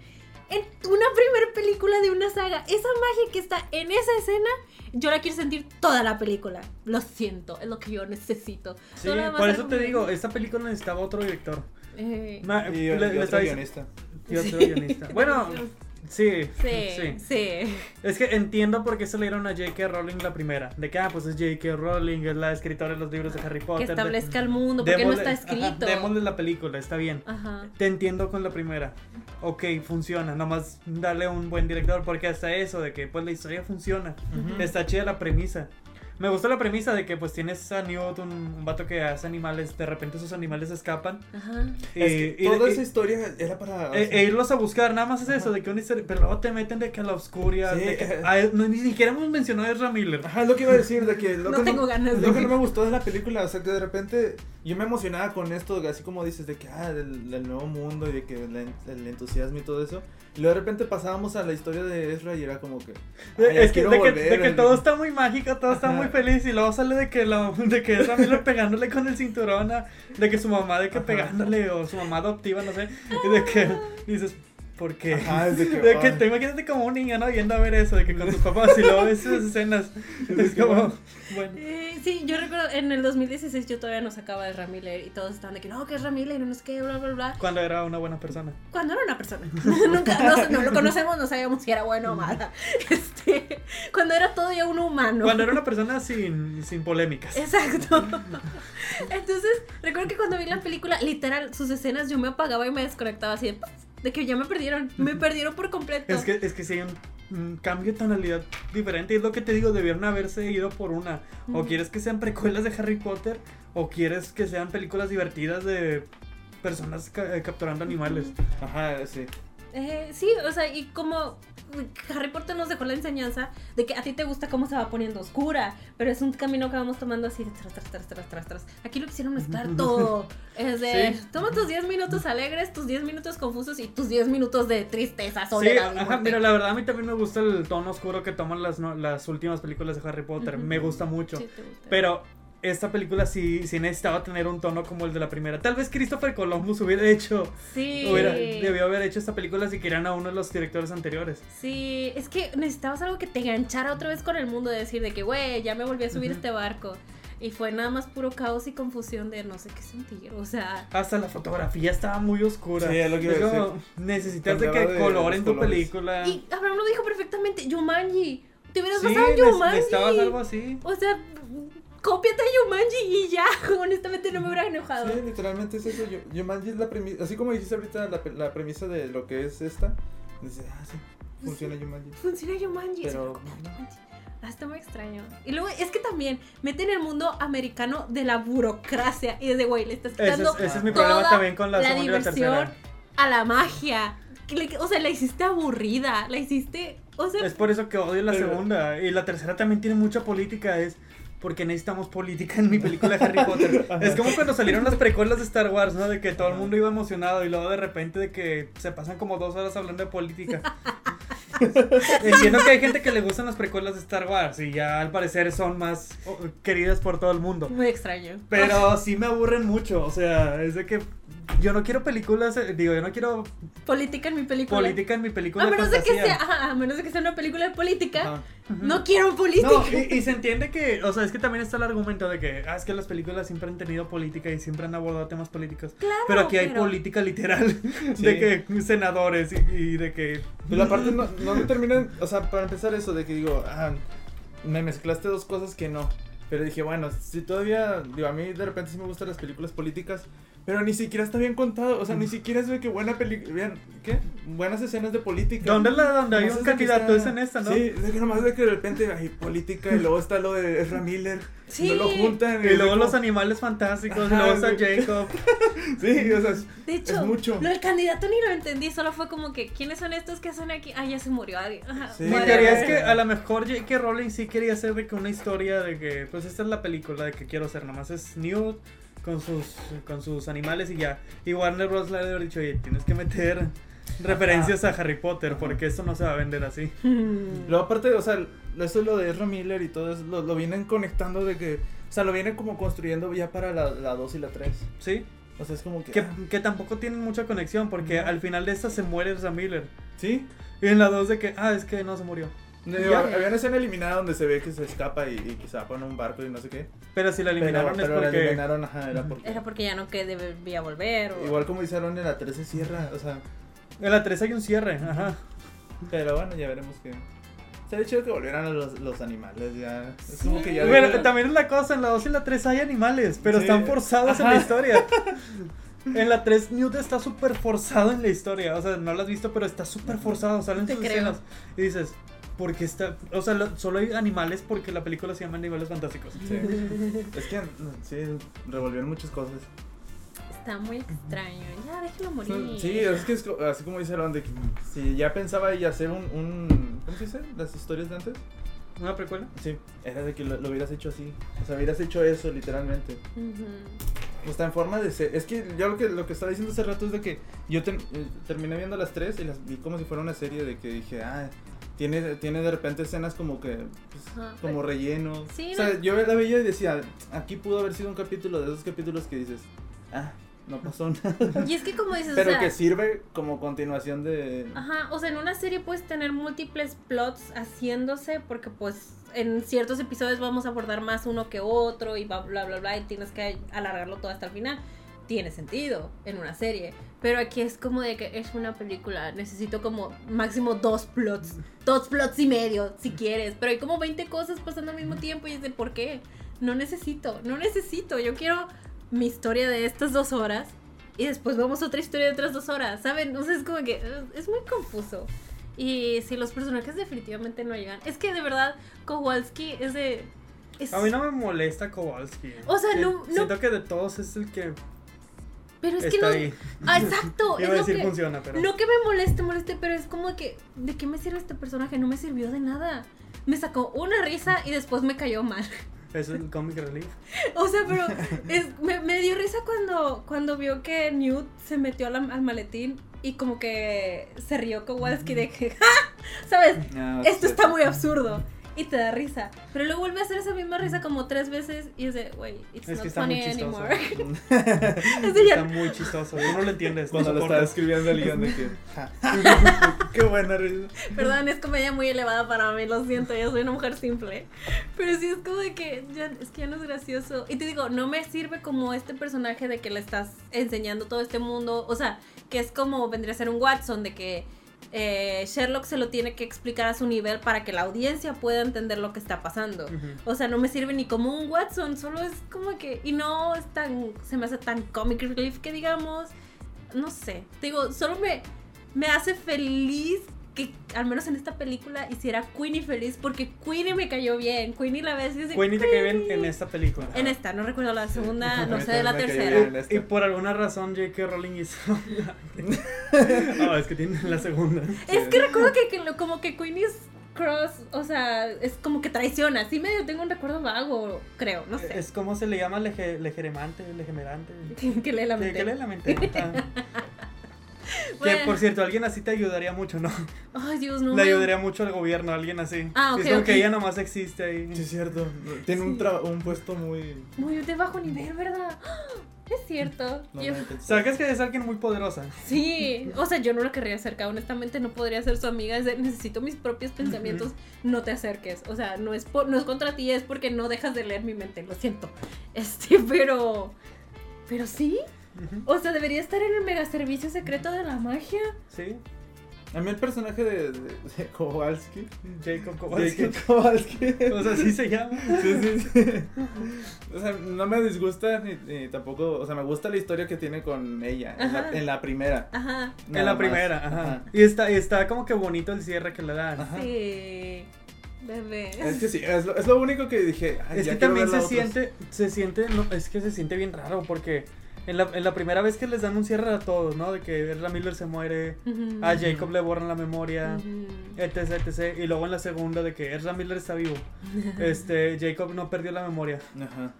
en una primera película de una saga. Esa magia que está en esa escena, yo la quiero sentir toda la película. Lo siento, es lo que yo necesito.
Sí,
Solo nada más
por
era
eso
como-
te digo, esta película necesitaba otro director.
Eh,
Ma-
Y,
le- eh,
y
le
otro
estaba dic-
guionista.
y otro guionista. Bueno, sí,
sí,
sí.
sí.
Es que entiendo por qué se le dieron a J.K. Rowling la primera. De que, ah, pues es J.K. Rowling, es la escritora de los libros de Harry
Que
Potter. de-
establezca el mundo, porque no
Démosle-
está
ajá,
escrito.
démosle la película, está bien.
Ajá.
Te entiendo con la primera. Ok, funciona. Nomás darle un buen director. Porque hasta eso, de que pues la historia funciona.
Ujú.
Está chida la premisa. Me gustó la premisa de que pues tienes a Newt, un, un vato que hace animales. De repente sus animales escapan.
Ajá.
Es que
y-
toda
y-
esa historia era para...
e, e irlos a buscar, nada más es eso,
Ah, Ajá.
de que una historia, pero luego te meten de que a la oscuridad,
Sí. eh. Ah,
de que- ah, no, ni siquiera hemos mencionado a Ezra Miller.
Ajá, es lo que iba a decir, de que lo,
No
que,
tengo ganas de
lo que no me gustó de la película, o sea, que de repente yo me emocionaba con esto, así como dices, de que, ah, del, del nuevo mundo y de que la en- el entusiasmo y todo eso. Y luego de repente pasábamos a la historia de Ezra y era como que... "Ah, ya
es que
quiero
de, que,
volver
de que
al-
todo está muy mágico, todo está
Ajá.
muy feliz y luego sale de que la, de que Ezra Miller pegándole con el cinturón, a- de que su mamá de que
Ajá. Ah.
pegándole o su mamá adoptiva, no sé, y de que dices, Porque.
Ajá, es de que,
de que
ah.
te imagínate como un niño, ¿no? Yendo a ver eso, de que con tus papás y luego ves esas escenas. Es como. Bueno.
Eh, sí, yo recuerdo en el 2016 yo todavía no sacaba de Ramiller y todos estaban de que no, que es Ramiller, no sé qué, bla, bla, bla.
Cuando era una buena persona.
Cuando era una persona. Nunca, no, no lo conocemos, no sabíamos si era bueno o mala. Este, cuando era todavía un humano.
Cuando era una persona sin, sin polémicas.
Exacto. Entonces, recuerdo que cuando vi la película, literal, sus escenas yo me apagaba y me desconectaba así de, "Paz", de que ya me perdieron, me perdieron por completo.
Es que, es que si hay un, un cambio de tonalidad diferente, es lo que te digo, debieron haberse ido por una. O
Ujú.
quieres que sean precuelas de Harry Potter, o quieres que sean películas divertidas de personas ca- eh, capturando animales.
Ajá, sí.
Eh, sí, o sea, y como Harry Potter nos dejó la enseñanza de que a ti te gusta cómo se va poniendo oscura, pero es un camino que vamos tomando así de tras, tras, tras, tras, tras, tras. Aquí lo quisieron mezclar todo. Es de,
Sí.
toma tus 10 minutos alegres, tus 10 minutos confusos y tus 10 minutos de tristeza,
Sí,
soledad. y
ajá,
muerte.
mira, la verdad a mí también me gusta el tono oscuro que toman las, no- las últimas películas de Harry Potter.
Ujú.
Me gusta mucho.
Sí, te gusta.
Pero esta película sí, sí necesitaba tener un tono como el de la primera. Tal vez Christopher Columbus hubiera hecho,
sí.
hubiera- debió haber hecho esta película si querían a uno de los directores anteriores.
Sí, es que necesitabas algo que te enganchara otra vez con el mundo, de decir de que, güey, ya me volví a subir a
Ujú.
este barco. Y fue nada más puro caos y confusión de no sé qué sentir, o sea...
Hasta la fotografía estaba muy oscura.
Sí, es lo que iba a decir.
necesitas de que
Cambiaba de
color en tu
colores.
película.
Y Abraham lo dijo perfectamente, Yumanji, te hubieras
Sí,
basado en
ne-
Yumanji.
necesitabas algo así.
O sea, cópiate a Yumanji y ya, honestamente no me hubiera enojado.
Sí, literalmente es eso. Yo, Yumanji es la premisa. Así como dijiste ahorita la, pe- la premisa de lo que es esta. Dices, ah, sí, funciona Yumanji.
Funciona Yumanji. Pues es
Pero-
una copia de Jumanji. Ah, está muy extraño. Y luego es que también meten el mundo americano de la burocracia y es de, güey, le estás
Ese
quitando
es, ese es mi
toda
problema también con la,
la
segunda y la tercera.
diversión a la magia. Que le- O sea, la hiciste aburrida, la hiciste... O sea,
Es por eso que odio la
Pero-
segunda. Y la tercera también tiene mucha política. Es porque necesitamos política en mi película de Harry Potter. es como cuando salieron las precuelas de Star Wars, ¿no? De que todo el mundo iba emocionado y luego de repente de que se pasan como dos horas hablando de política. Entiendo que hay gente que le gustan las precuelas de Star Wars y ya al parecer son más oh, queridas por todo el mundo.
muy extraño.
Pero sí me aburren mucho, o sea, es de que yo no quiero películas, eh, digo, yo no quiero
Política en mi película.
política en mi película
a
de
menos de que
fantasía.
sea, ajá, a menos de que sea una película de política,
Ajá.
Ujú.
no quiero política.
No, y, y se entiende que, o sea, es que también está el argumento de que, ah, es que las películas siempre han tenido política y siempre han abordado temas políticos.
Claro,
pero aquí hay
Ah, pero-
política literal,
Sí.
de que senadores y, y de que...
Pero aparte no, no me terminan, o sea, para empezar eso de que digo, ah, me mezclaste dos cosas que no. Pero dije, bueno, si todavía, digo, a mí de repente sí me gustan las películas políticas, pero ni siquiera está bien contado, o sea, ni siquiera es de que buena película, ¿qué? Buenas escenas de política.
¿Dónde, la, donde hay un
Nomás es de que
candidato es
está-
en esta, no?
Sí, es que nomás de que de repente hay política y luego está lo de Ezra Miller,
Sí.
no lo juntan.
Y luego los
como-
animales fantásticos, y
Ajá,
luego está
güey.
Jacob.
Sí, o sea, es-
de hecho,
es mucho.
lo del candidato ni lo entendí, solo fue como que, ¿quiénes son estos que hacen aquí? Ah, ya se murió alguien. Ajá,
Sí.
Mi
whatever.
teoría es que a lo mejor J.K. Rowling sí quería hacer de que una historia de que, pues esta es la película de que quiero hacer, nomás es Newt con sus, con sus animales y ya. Y Warner Bros. le ha de haber dicho, oye, tienes que meter referencias a Harry Potter porque esto no se va a vender así.
Hmm.
Luego aparte, o sea, eso es lo de Ezra Miller y todo eso, lo, lo vienen conectando de que, o sea, lo vienen como construyendo ya para la, la 2 y la 3.
¿Sí?
O sea, es como que...
Que,
ah,
que tampoco tienen mucha conexión porque al final de esta se muere Sam Miller.
¿Sí?
Y en la 2 de que, ah, es que no se murió.
No,
Ya.
Había una escena eliminada donde se ve que se escapa y, y que se va a poner un barco y no sé qué.
Pero si la
Pero-
eliminaron
pero la
es porque...
eliminaron, ajá, era porque...
Era porque ya no que debía volver. o-
Igual como hicieron en la 3 se cierra, o sea...
En la 3 hay un cierre, ajá.
Pero bueno, ya veremos qué... Sería chido que volvieran a los, los animales ya. Es como que ya...
Bueno, también es la cosa, en la 2 y en la 3 hay animales, pero
Sí.
están forzados en
Ajá.
la historia. En la 3 Newt está súper forzado en la historia, o sea, no lo has visto, pero está súper forzado, salen
Te
sus
creo.
escenas y dices, ¿por qué está? O sea, lo- solo hay animales porque la película se llama Animales Fantásticos.
Sí. Es que, mm, sí, revolvieron muchas cosas.
Está muy extraño. Ya, déjelo morir.
Sí, es que es co- así como dice Aaron, de que si ya pensaba y hacer un, un- ¿Cómo se dice? Las historias de antes.
¿Una precuela?
Sí, era de que lo, lo hubieras hecho así. O sea, hubieras hecho eso, literalmente.
Ujú.
Está en forma de ser. Es que yo lo que, lo que estaba diciendo hace rato es de que yo ter- eh, terminé viendo las tres y las vi como si fuera una serie de que dije, ah, tiene, tiene de repente escenas como que. pues,
Ajá.
como relleno.
Sí,
o sea,
no-
yo la veía y decía, aquí pudo haber sido un capítulo de esos capítulos que dices, ah, no pasó nada.
Y es que como dices, o
Pero
sea,
que sirve como continuación de...
ajá, o sea, en una serie puedes tener múltiples plots haciéndose porque pues en ciertos episodios vamos a abordar más uno que otro y bla bla bla bla y tienes que alargarlo todo hasta el final. Tiene sentido en una serie, pero aquí es como de que es una película, necesito como máximo dos plots, dos plots y medio si quieres, pero hay como 20 cosas pasando al mismo tiempo y es de por qué. No necesito, no necesito, yo quiero mi historia de estas dos horas y después vamos a otra historia de otras dos horas, ¿saben? O sea, es como que eh, es muy confuso. Y si los personajes definitivamente no llegan, es que de verdad Kowalski es de... es-
A mí no me molesta Kowalski.
O sea,
Eh,
no- no-
Siento que de todos es el que
pero es que
está
no...
ahí.
Ah, exacto. es
Iba a
lo
decir
que-
funciona, pero.
No que me moleste, moleste, pero es como que, ¿de qué me sirve este personaje? No me sirvió de nada. Me sacó una risa y después me cayó mal.
Es el comic relief.
O sea, pero es- me, me dio risa cuando, cuando vio que Newt se metió a la- al maletín y como que se rió Kowalski de que, ¡Ja! ¿Sabes?
Ah,
Esto
sí.
está muy absurdo. Y te da risa. Pero luego vuelve a hacer esa misma risa como tres veces y es de, wey, it's
Es
not
que está muy
funny
chistoso.
anymore. Es de ya-
Está muy chistoso. Tú no lo entiendes. No
Cuando lo estaba
soportas.
escribiendo el guión de que... Qué buena risa.
Perdón, es comedia muy elevada para mí, lo siento, yo soy una mujer simple. Pero sí es como de que ya, es que ya no es gracioso. Y te digo, no me sirve como este personaje de que le estás enseñando todo este mundo. O sea, que es como vendría a ser un Watson, de que eh, Sherlock se lo tiene que explicar a su nivel para que la audiencia pueda entender lo que está pasando.
Ujú.
O sea, no me sirve ni como un Watson, solo es como que. Y no es tan. Se me hace tan comic relief que digamos. No sé. Te Digo, solo me, me hace feliz que al menos en esta película hiciera Queenie feliz porque Queenie me cayó bien. Queenie la ves y dice.
Queenie te cae bien en esta película.
En esta, no recuerdo la segunda,
Sí.
no sé de la
Me cayó
tercera.
bien esta.
Y por alguna razón J.K. Rowling hizo. Ah, es que tiene la segunda.
Es que recuerdo que, que lo- como que Queenie's Cross, o sea, es como que traiciona. Así medio tengo un recuerdo vago, creo, no sé.
Es como se le llama leje- legeremante, legemerante.
que le
¿Qué,
lamenté.
qué le lamenté? Ah. Que
Bueno.
por cierto, alguien así te ayudaría mucho, ¿no?
Ay, Dios, no.
Le
me-
ayudaría mucho al gobierno, alguien así.
Ah, ok,
Sí, es como
ok.
que ella nomás existe ahí.
Sí, es cierto. Tiene un,
Sí.
tra- un puesto muy...
Muy de bajo nivel, ¿verdad? ¡Ah! Es cierto.
No,
Yo-
no lo pensé.
Sabes que es alguien muy poderosa.
sí, o sea, yo no la querría acercar, honestamente no podría ser su amiga, es de, necesito mis propios pensamientos, no te acerques, o sea, no es, por- no es contra ti, es porque no dejas de leer mi mente, lo siento. Este, pero... Pero sí,
Ujú.
o sea, debería estar en el mega servicio secreto de la magia.
Sí,
A mí el personaje de, de, de Kowalski...
Jacob Kowalski.
Kowalski. Kowalski.
O sea, así se llama.
Sí, sí, sí. O sea, no me disgusta ni, ni tampoco. O sea, me gusta la historia que tiene con ella en la,
Ajá.
en la primera.
Ajá.
en
nada
la
más.
primera, ajá. Y está, y está como que bonito el cierre que le dan.
Ajá.
Sí. Bebé.
Es que sí, es lo, es lo único que dije. "Ay,
Es
ya
que
quiero
también
ver
se
la otra".
siente, se siente, no, es que se siente bien raro porque en la, en la primera vez que les dan un cierre a todos, ¿no? De que Erla Miller se muere,
Ujú.
a Jacob le borran la memoria,
Ujú.
etc, etc. Y luego en la segunda de que Erla Miller está vivo. Este, Jacob no perdió la memoria.
Ajá.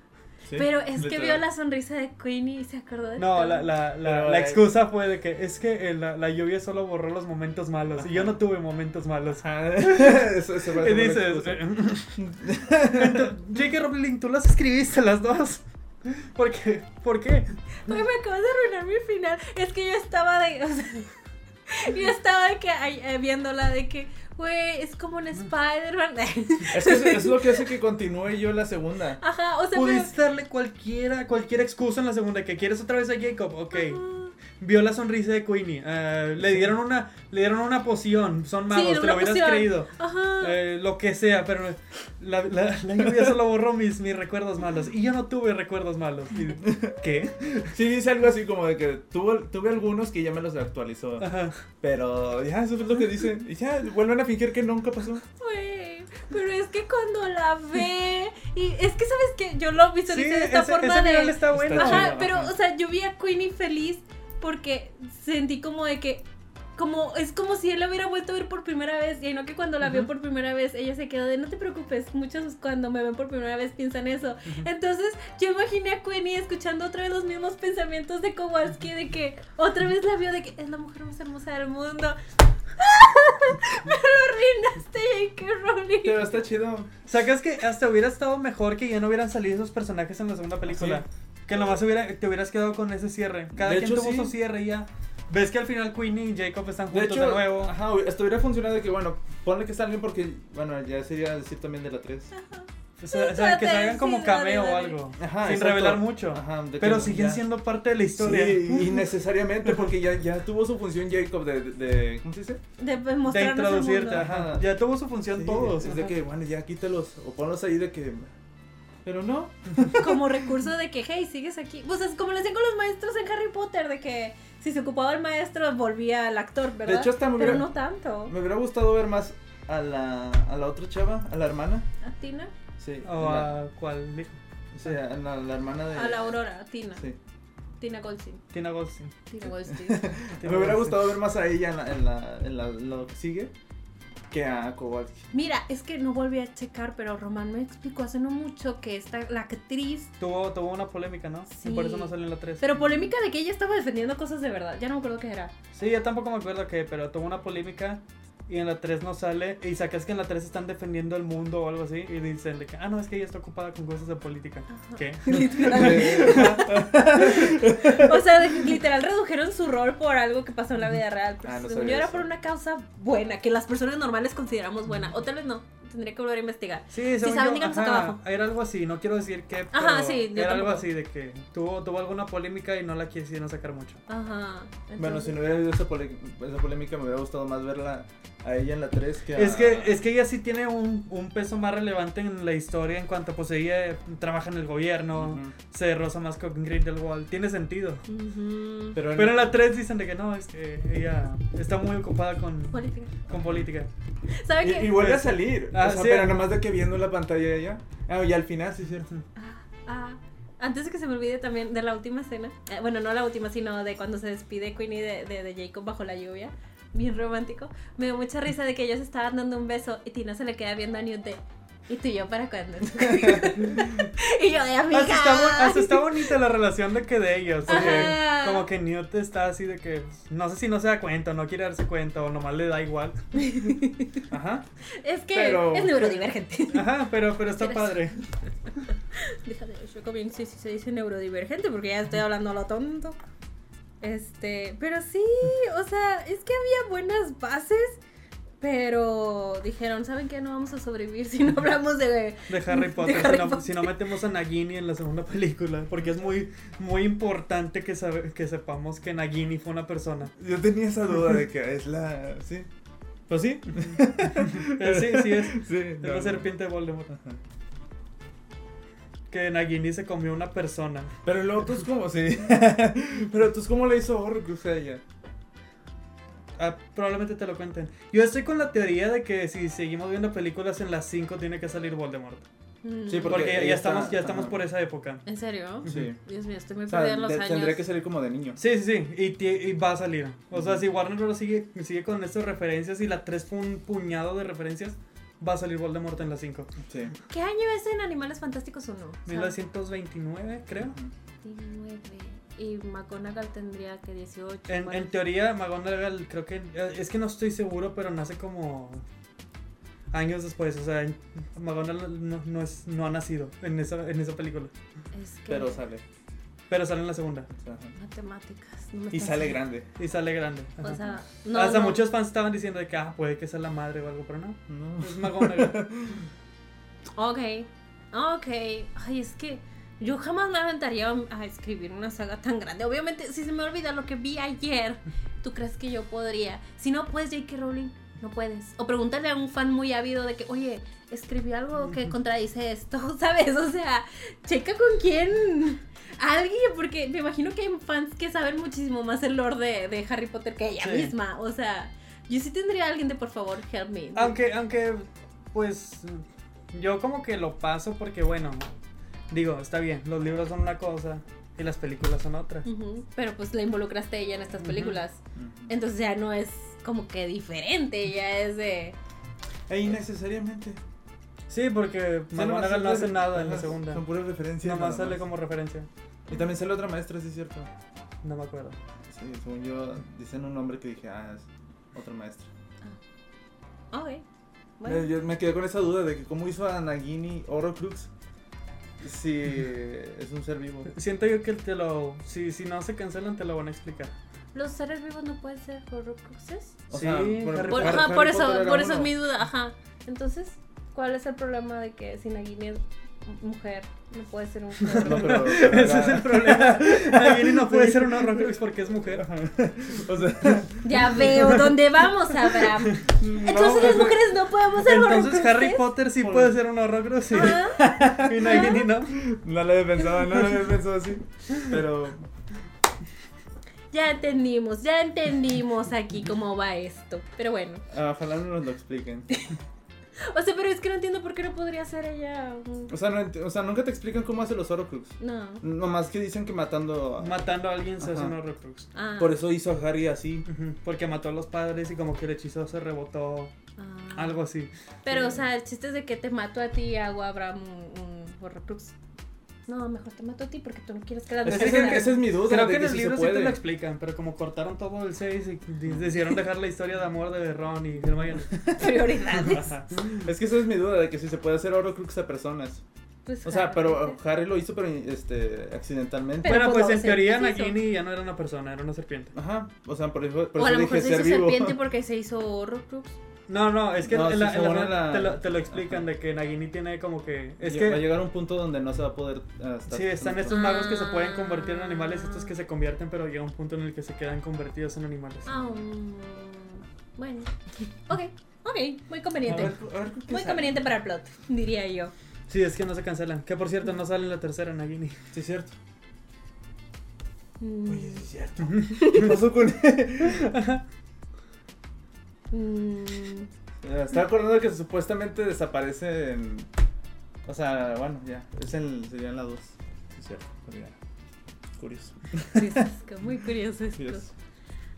Sí,
Pero es que
literal.
vio la sonrisa de Queenie y se acordó de
No,
todo.
la, la, la-
Pero,
la
eh,
excusa fue de que es que eh, la, la lluvia solo borró los momentos malos y yo no tuve momentos malos.
Ajá. Eso, eso parece
Y
una
dices, eh,
excusa.
J.K. Rowling, tú las escribiste las dos. ¿Por qué? ¿Por qué?
Güey, me acabas de arruinar mi final. Es que yo estaba de. O sea, yo estaba de que ay, eh, viéndola de que, güey, es como un Spider-Man.
Es que es, es lo que hace que continúe yo la segunda.
Ajá, o sea, pero.
Puedes darle cualquiera, cualquier excusa en la segunda. Que quieres otra vez a Jacob, ok.
Ujú.
Vio la sonrisa de Queenie. eh, le dieron una, le dieron una poción. Son magos,
una
te lo hubieras
poción. Ah.
creído.
Ajá.
Eh, lo que sea, pero la, la, la lluvia solo borró mis, mis recuerdos malos. Y yo no tuve recuerdos malos. Y- ¿Qué?
Sí, dice algo así como de que tuve, tuve algunos que ya me los actualizó.
Ajá.
Pero ya, eso es lo que dice. Y ya, vuelven a fingir que nunca pasó.
Güey, pero es que cuando la ve. Y es que, ¿sabes que Yo lo
Sí,
visualicé de
ese,
esta forma
ese
de.
final está bueno.
Está
Ajá,
chido,
pero,
ajá.
o sea, yo vi a Queenie feliz porque sentí como de que. Como, es como si él la hubiera vuelto a ver por primera vez. Y no que cuando la vio
Ujú.
por primera vez, ella se quedó de no te preocupes. Muchos cuando me ven por primera vez piensan eso. Entonces, yo imaginé a Queenie escuchando otra vez los mismos pensamientos de Kowalski. De que otra vez la vio de que es la mujer más hermosa del mundo. ¡Me lo arruinaste, J.K. Rowling!
Pero está chido.
Sacas que hasta hubiera estado mejor que ya no hubieran salido esos personajes en la segunda película.
Ah,
Que nomás hubiera, te hubieras quedado con ese cierre. Cada
De
quien
hecho,
tuvo
sí.
su cierre y ya. Ves que al final Queenie y Jacob están
De
juntos de,
hecho,
nuevo.
Ajá, güey, hasta hubiera funcionado de que, bueno, ponle que salgan porque, bueno, ya sería decir también de la 3.
O sea, o sea, que salgan como
Sí, dale,
cameo o
dale.
algo.
Ajá,
sin
exacto.
revelar mucho.
Ajá, de que
Pero
no,
siguen
ya.
siendo parte de la historia.
Sí, innecesariamente, porque ya, ya tuvo su función Jacob de, de, de- ¿cómo se dice?
De pues,
de
mostrarnos al
introducirte.
mundo.
Ajá.
Ajá.
Ya tuvo su función
Sí,
todos.
Es de
ajá.
que, bueno, ya quítalos o ponlos ahí de que... Pero no.
como recurso de que, hey, sigues aquí. Pues es como le hacían con los maestros en Harry Potter, de que si se ocupaba el maestro, volvía al actor, ¿verdad?
hecho, hasta me
Pero
hubiera-
no tanto.
Me hubiera gustado ver más a la, a la otra chava, a la hermana.
¿A Tina?
Sí.
O
la,
a cuál dijo.
sí, a la, la hermana de...
A la Aurora, a Tina.
Sí.
Tina Goldstein.
Tina Goldstein.
Tina Goldstein.
Tina
Me hubiera
Goldstein.
gustado ver más a ella en, la, en, la, en la- lo que sigue que a Kowalski.
Mira, es que no volví a checar, pero Román me explicó hace no mucho que esta, la actriz,
Tuvo, tuvo una polémica, ¿no?
Sí.
Y por eso no sale en la 3.
pero polémica de que ella estaba defendiendo cosas de verdad, ya no me acuerdo qué era.
Sí, yo tampoco me acuerdo qué, pero tuvo una polémica y en la 3 no sale. Y sacas que en la 3 están defendiendo el mundo o algo así. Y dicen de que, ah, no, es que ella está ocupada con cosas de política.
Ajá.
¿Qué?
O sea, de- literal redujeron su rol por algo que pasó en la vida real. Pero
Ah, no
según
sabía
yo era
eso.
por una causa buena, que las personas normales consideramos buena, o tal vez no, tendría que volver a investigar.
Sí,
Si
según
saben,
yo,
díganos
ajá,
acá abajo.
Era algo así, no quiero decir que.
Ajá, sí, yo
Era algo
tampoco.
así de que tuvo, tuvo alguna polémica y no la quisieron sacar mucho.
Ajá. entonces-
Bueno, si no hubiera habido esa, pole- esa polémica, me hubiera gustado más verla a ella en la 3 que a...
Es que, es que ella sí tiene un, un peso más relevante en la historia en cuanto pues ella trabaja en el gobierno,
Ujú.
se roza más con Grindelwald, tiene sentido.
Ujú.
Pero, en-
Pero en la 3 dicen de que no, es que ella está muy ocupada con,
Política.
con política.
¿Sabe
Y,
qué?
y vuelve a salir.
Ah,
o sea,
sí.
Pero nomás de que viendo la pantalla de ella. Ah, y al final, sí, cierto.
Ah, antes de que se me olvide también de la última escena, eh, bueno, no la última, sino de cuando se despide Queenie de, de, de Jacob bajo la lluvia, bien romántico, me dio mucha risa de que ellos estaban dando un beso y Tina se le queda viendo a Newt de, ¿y tú y yo para cuándo? y yo de amiga.
Hasta está, bo- hasta está bonita la relación de que de ellos. porque
Ajá.
como que Newt está así de que no sé si no se da cuenta, no quiere darse cuenta o nomás le da igual. Ajá,
Es que
Pero-
es neurodivergente.
ajá, pero, pero está
Eres-
padre.
Deja de- yo como bien sé si se dice neurodivergente porque ya estoy hablando a lo tonto. Este, pero sí, o sea, es que había buenas bases, pero dijeron, ¿saben qué? No vamos a sobrevivir si no hablamos de...
De Harry Potter,
Harry
si, no,
Potter.
si no metemos a Nagini en la segunda película, porque es muy, muy importante que, sabe- que sepamos que Nagini fue una persona.
Yo tenía esa duda de que es la. Sí. Pues sí.
Eh, sí, sí es.
Sí.
Es
no,
la
no.
serpiente de Voldemort.
Ajá.
Que Nagini se comió una persona.
Pero luego tú es como, sí. Pero tú es como le hizo Horcrux a ella.
Ah, probablemente te lo cuenten. Yo estoy con la teoría de que si seguimos viendo películas en las 5 tiene que salir Voldemort.
Mm,
Sí,
Porque,
Porque
ya,
ella
ya
está-
estamos, ya estamos
ajá.
por esa época.
¿En serio?
Sí.
Dios mío, estoy muy
O sea,
perdida en los
de-
años.
tendría que salir como de niño.
Sí, sí, sí. Y, ti- y va a salir. O sea,
Ujú.
si Warner Bros. sigue, sigue con estas referencias y la 3 fue un puñado de referencias, va a salir Voldemort en la 5.
Sí.
¿Qué año es en Animales Fantásticos 1?
1929, creo.
Y McGonagall tendría que 18.
En,
bueno.
en teoría, McGonagall, creo que. eh, Es que no estoy seguro, pero nace como. Años después, o sea, en- McGonagall no, no es, no ha nacido en esa, en esa película.
Es que
Pero sale.
Pero sale en la segunda
O sea, ajá.
matemáticas. no me
y
estás-
sale grande.
y sale grande. ajá.
O sea, no,
Hasta
no.
muchos fans estaban diciendo de que ah, puede que sea la madre o algo, pero no.
No.
Es McGonagall.
Ok, ok. Ay, es que yo jamás me aventaría a escribir una saga tan grande. Obviamente, si se me olvida lo que vi ayer, ¿tú crees que yo podría? Si no puedes, J.K. Rowling, no puedes. O pregúntale a un fan muy ávido de que, oye, escribí algo que contradice esto, ¿sabes? O sea, checa con quién. Alguien, porque me imagino que hay fans que saben muchísimo más el lore de, de Harry Potter que ella
Sí.
misma. O sea, yo sí tendría a alguien de por favor, help me.
aunque, aunque, pues. Yo como que lo paso porque, bueno. Digo, está bien, los libros son una cosa y las películas son otra.
Ujú, Pero pues la involucraste a ella en estas
Ujú.
películas.
Ujú.
Entonces ya no es como que diferente, ya es de...
E innecesariamente.
Sí, porque
O sea, nomás
McGonagall no
son
hace
puras-
nada en
ajá,
la segunda.
Son puras referencias.
Nada más
nada
sale
más.
como referencia.
Y también sale otra maestra, sí, es cierto.
No me acuerdo.
Sí, según yo, dicen un nombre que dije, ah, es otra maestra.
Ok.
Eh,
Bueno.
Yo me quedé con esa duda de que cómo hizo a Nagini Horrocrux Sí, es un ser vivo.
Siento yo que te lo. Si, si no se cancelan, te lo van a explicar.
Los seres vivos no pueden ser horrocruxes.
O
Sí,
sea,
Harry
Por,
Potter-
ajá, por
Potter
eso,
era
por eso es
uno.
mi duda, ajá. Entonces, ¿cuál es el problema de que Sinaguini es m- mujer? No puede ser un
No,
horrocrux.
pero.
Ese es el problema. Alguien no puede ser una Horrocrux porque es mujer.
O sea,
Ya veo dónde vamos, Abraham. Entonces las mujeres no podemos ser
Entonces
horrocruxes.
Harry Potter sí puede ser un Horrocrux y,
Ajá.
y Nagini no.
no lo había pensado, no lo había pensado así. Pero.
Ya entendimos, ya entendimos aquí cómo va esto. Pero bueno.
ah, ojalá no nos lo expliquen.
O sea, pero es que no entiendo por qué no podría ser ella. un-
O sea, no ent- o sea nunca te explican cómo hace los Horrocrux.
No.
Nomás que dicen que matando. a-
Matando a alguien se hace
Ajá.
un Horrocrux.
Ah.
Por eso hizo a Harry así.
Ujú, Porque mató a los padres y como que el hechizo se rebotó.
Ah.
Algo así.
Pero, o sea, el chiste es de que te mato a ti y hago a Abraham un, un horrocrux. No, mejor te mato a ti porque tú no quieres que las
Es
mujeres
que
se
esa, esa es mi duda.
Creo
de
que en el
si se
libro sí te
puede.
lo explican, pero como cortaron todo el 6 y de- decidieron dejar la historia de amor de Ron y Hermione.
hagan prioridades.
Ajá.
Es que esa es mi duda, de que si se puede hacer Horrocrux a personas.
Pues,
O sea,
Harry
pero
Potter.
Harry lo hizo, pero este, accidentalmente.
Pero
bueno,
pues
pues,
no,
en
sí,
teoría
sí, sí.
Nagini ya no era una persona, era una serpiente.
Ajá, o sea, por eso, por
o a
eso
lo mejor se
dije
hizo
ser vivo.
serpiente porque se hizo horrocrux.
No, no, es que
No,
en
sí,
la- en la-
según la-
te, lo, te lo explican
Ajá.
de que Nagini tiene como que... Es
Y
que
va a llegar a un punto donde no se va a poder ah, estar-
Sí, están estos magos que se pueden
Ah.
convertir en animales, estos que se convierten, pero llega un punto en el que se quedan convertidos en animales.
Ah, um, bueno. Ok, ok, muy
A
conveniente.
ver, a ver, ¿qué
Muy
sale?
conveniente para el plot, diría yo.
Sí, es que no se cancelan. Que por cierto, no sale en la tercera Nagini.
Sí, es cierto.
Mm,
Oye, sí, es cierto. ¿Qué pasó con
mm,
Eh, Estaba acordando que supuestamente desaparece en. O sea, bueno, ya. Es en, sería en la 2. Sí, es cierto. Mira. Curioso.
sí, sí, es que muy curioso esto.
Curioso.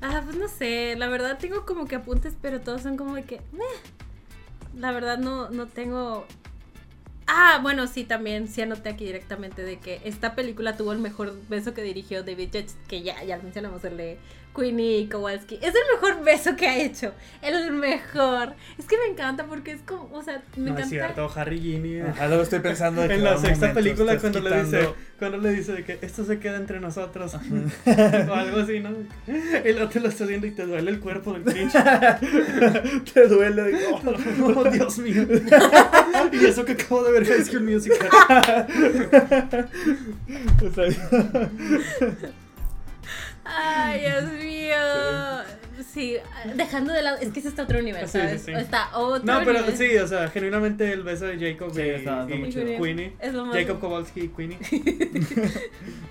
Ah, pues no sé, la verdad tengo como que apuntes, pero todos son como de que... "Meh". La verdad no, no tengo... Ah, bueno, sí, también, sí anoté aquí directamente de que esta película tuvo el mejor beso que dirigió David Judge, que ya, ya lo mencionamos, el de Queenie y Kowalski. Es el mejor beso que ha hecho, el mejor. Es que me encanta porque es como, o sea, me
no
encanta...
es cierto, Harry Gini.
Ajá, Ah, luego estoy pensando de que
En la
un
sexta
momento
película
estás
cuando le dice,
quitando-
cuando le dice de que esto se queda entre nosotros o algo así, ¿no? El otro lo está haciendo y te duele el cuerpo del pinche.
Te duele. de- oh.
Oh, Dios mío. y eso que acabo de ver es que un musical.
O sea,
Ay, Dios mío. Sí, dejando de lado, es que ese está otro nivel,
Sí, sí,
¿sabes?
sí.
Está otro
No, pero
nivel.
sí, o sea, genuinamente el beso de Jacob
Sí,
y,
está- está
y
muy
chido.
Queenie.
Es lo más
Jacob Kowalski y Queenie.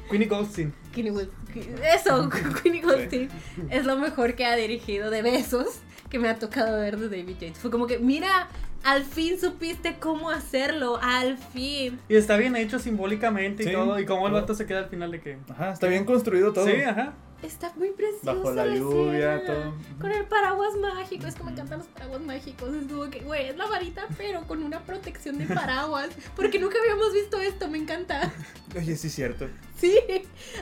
Queenie Goldstein.
Queenie Gold- Eso, Queenie Goldstein es lo mejor que ha dirigido de besos que me ha tocado ver de David Yates. Fue como que, mira, al fin supiste cómo hacerlo, al fin.
Y está bien hecho simbólicamente y
Sí.
todo. Y cómo el
Todo.
vato se queda al final de que.
Ajá, está bien construido todo.
Sí, ajá.
Está muy precioso.
Bajo la lluvia, todo.
Con el paraguas mágico, es que me encantan los paraguas mágicos. Es como que, güey, es la varita, pero con una protección de paraguas. Porque nunca habíamos visto esto, me encanta.
Oye, sí, es cierto.
Sí,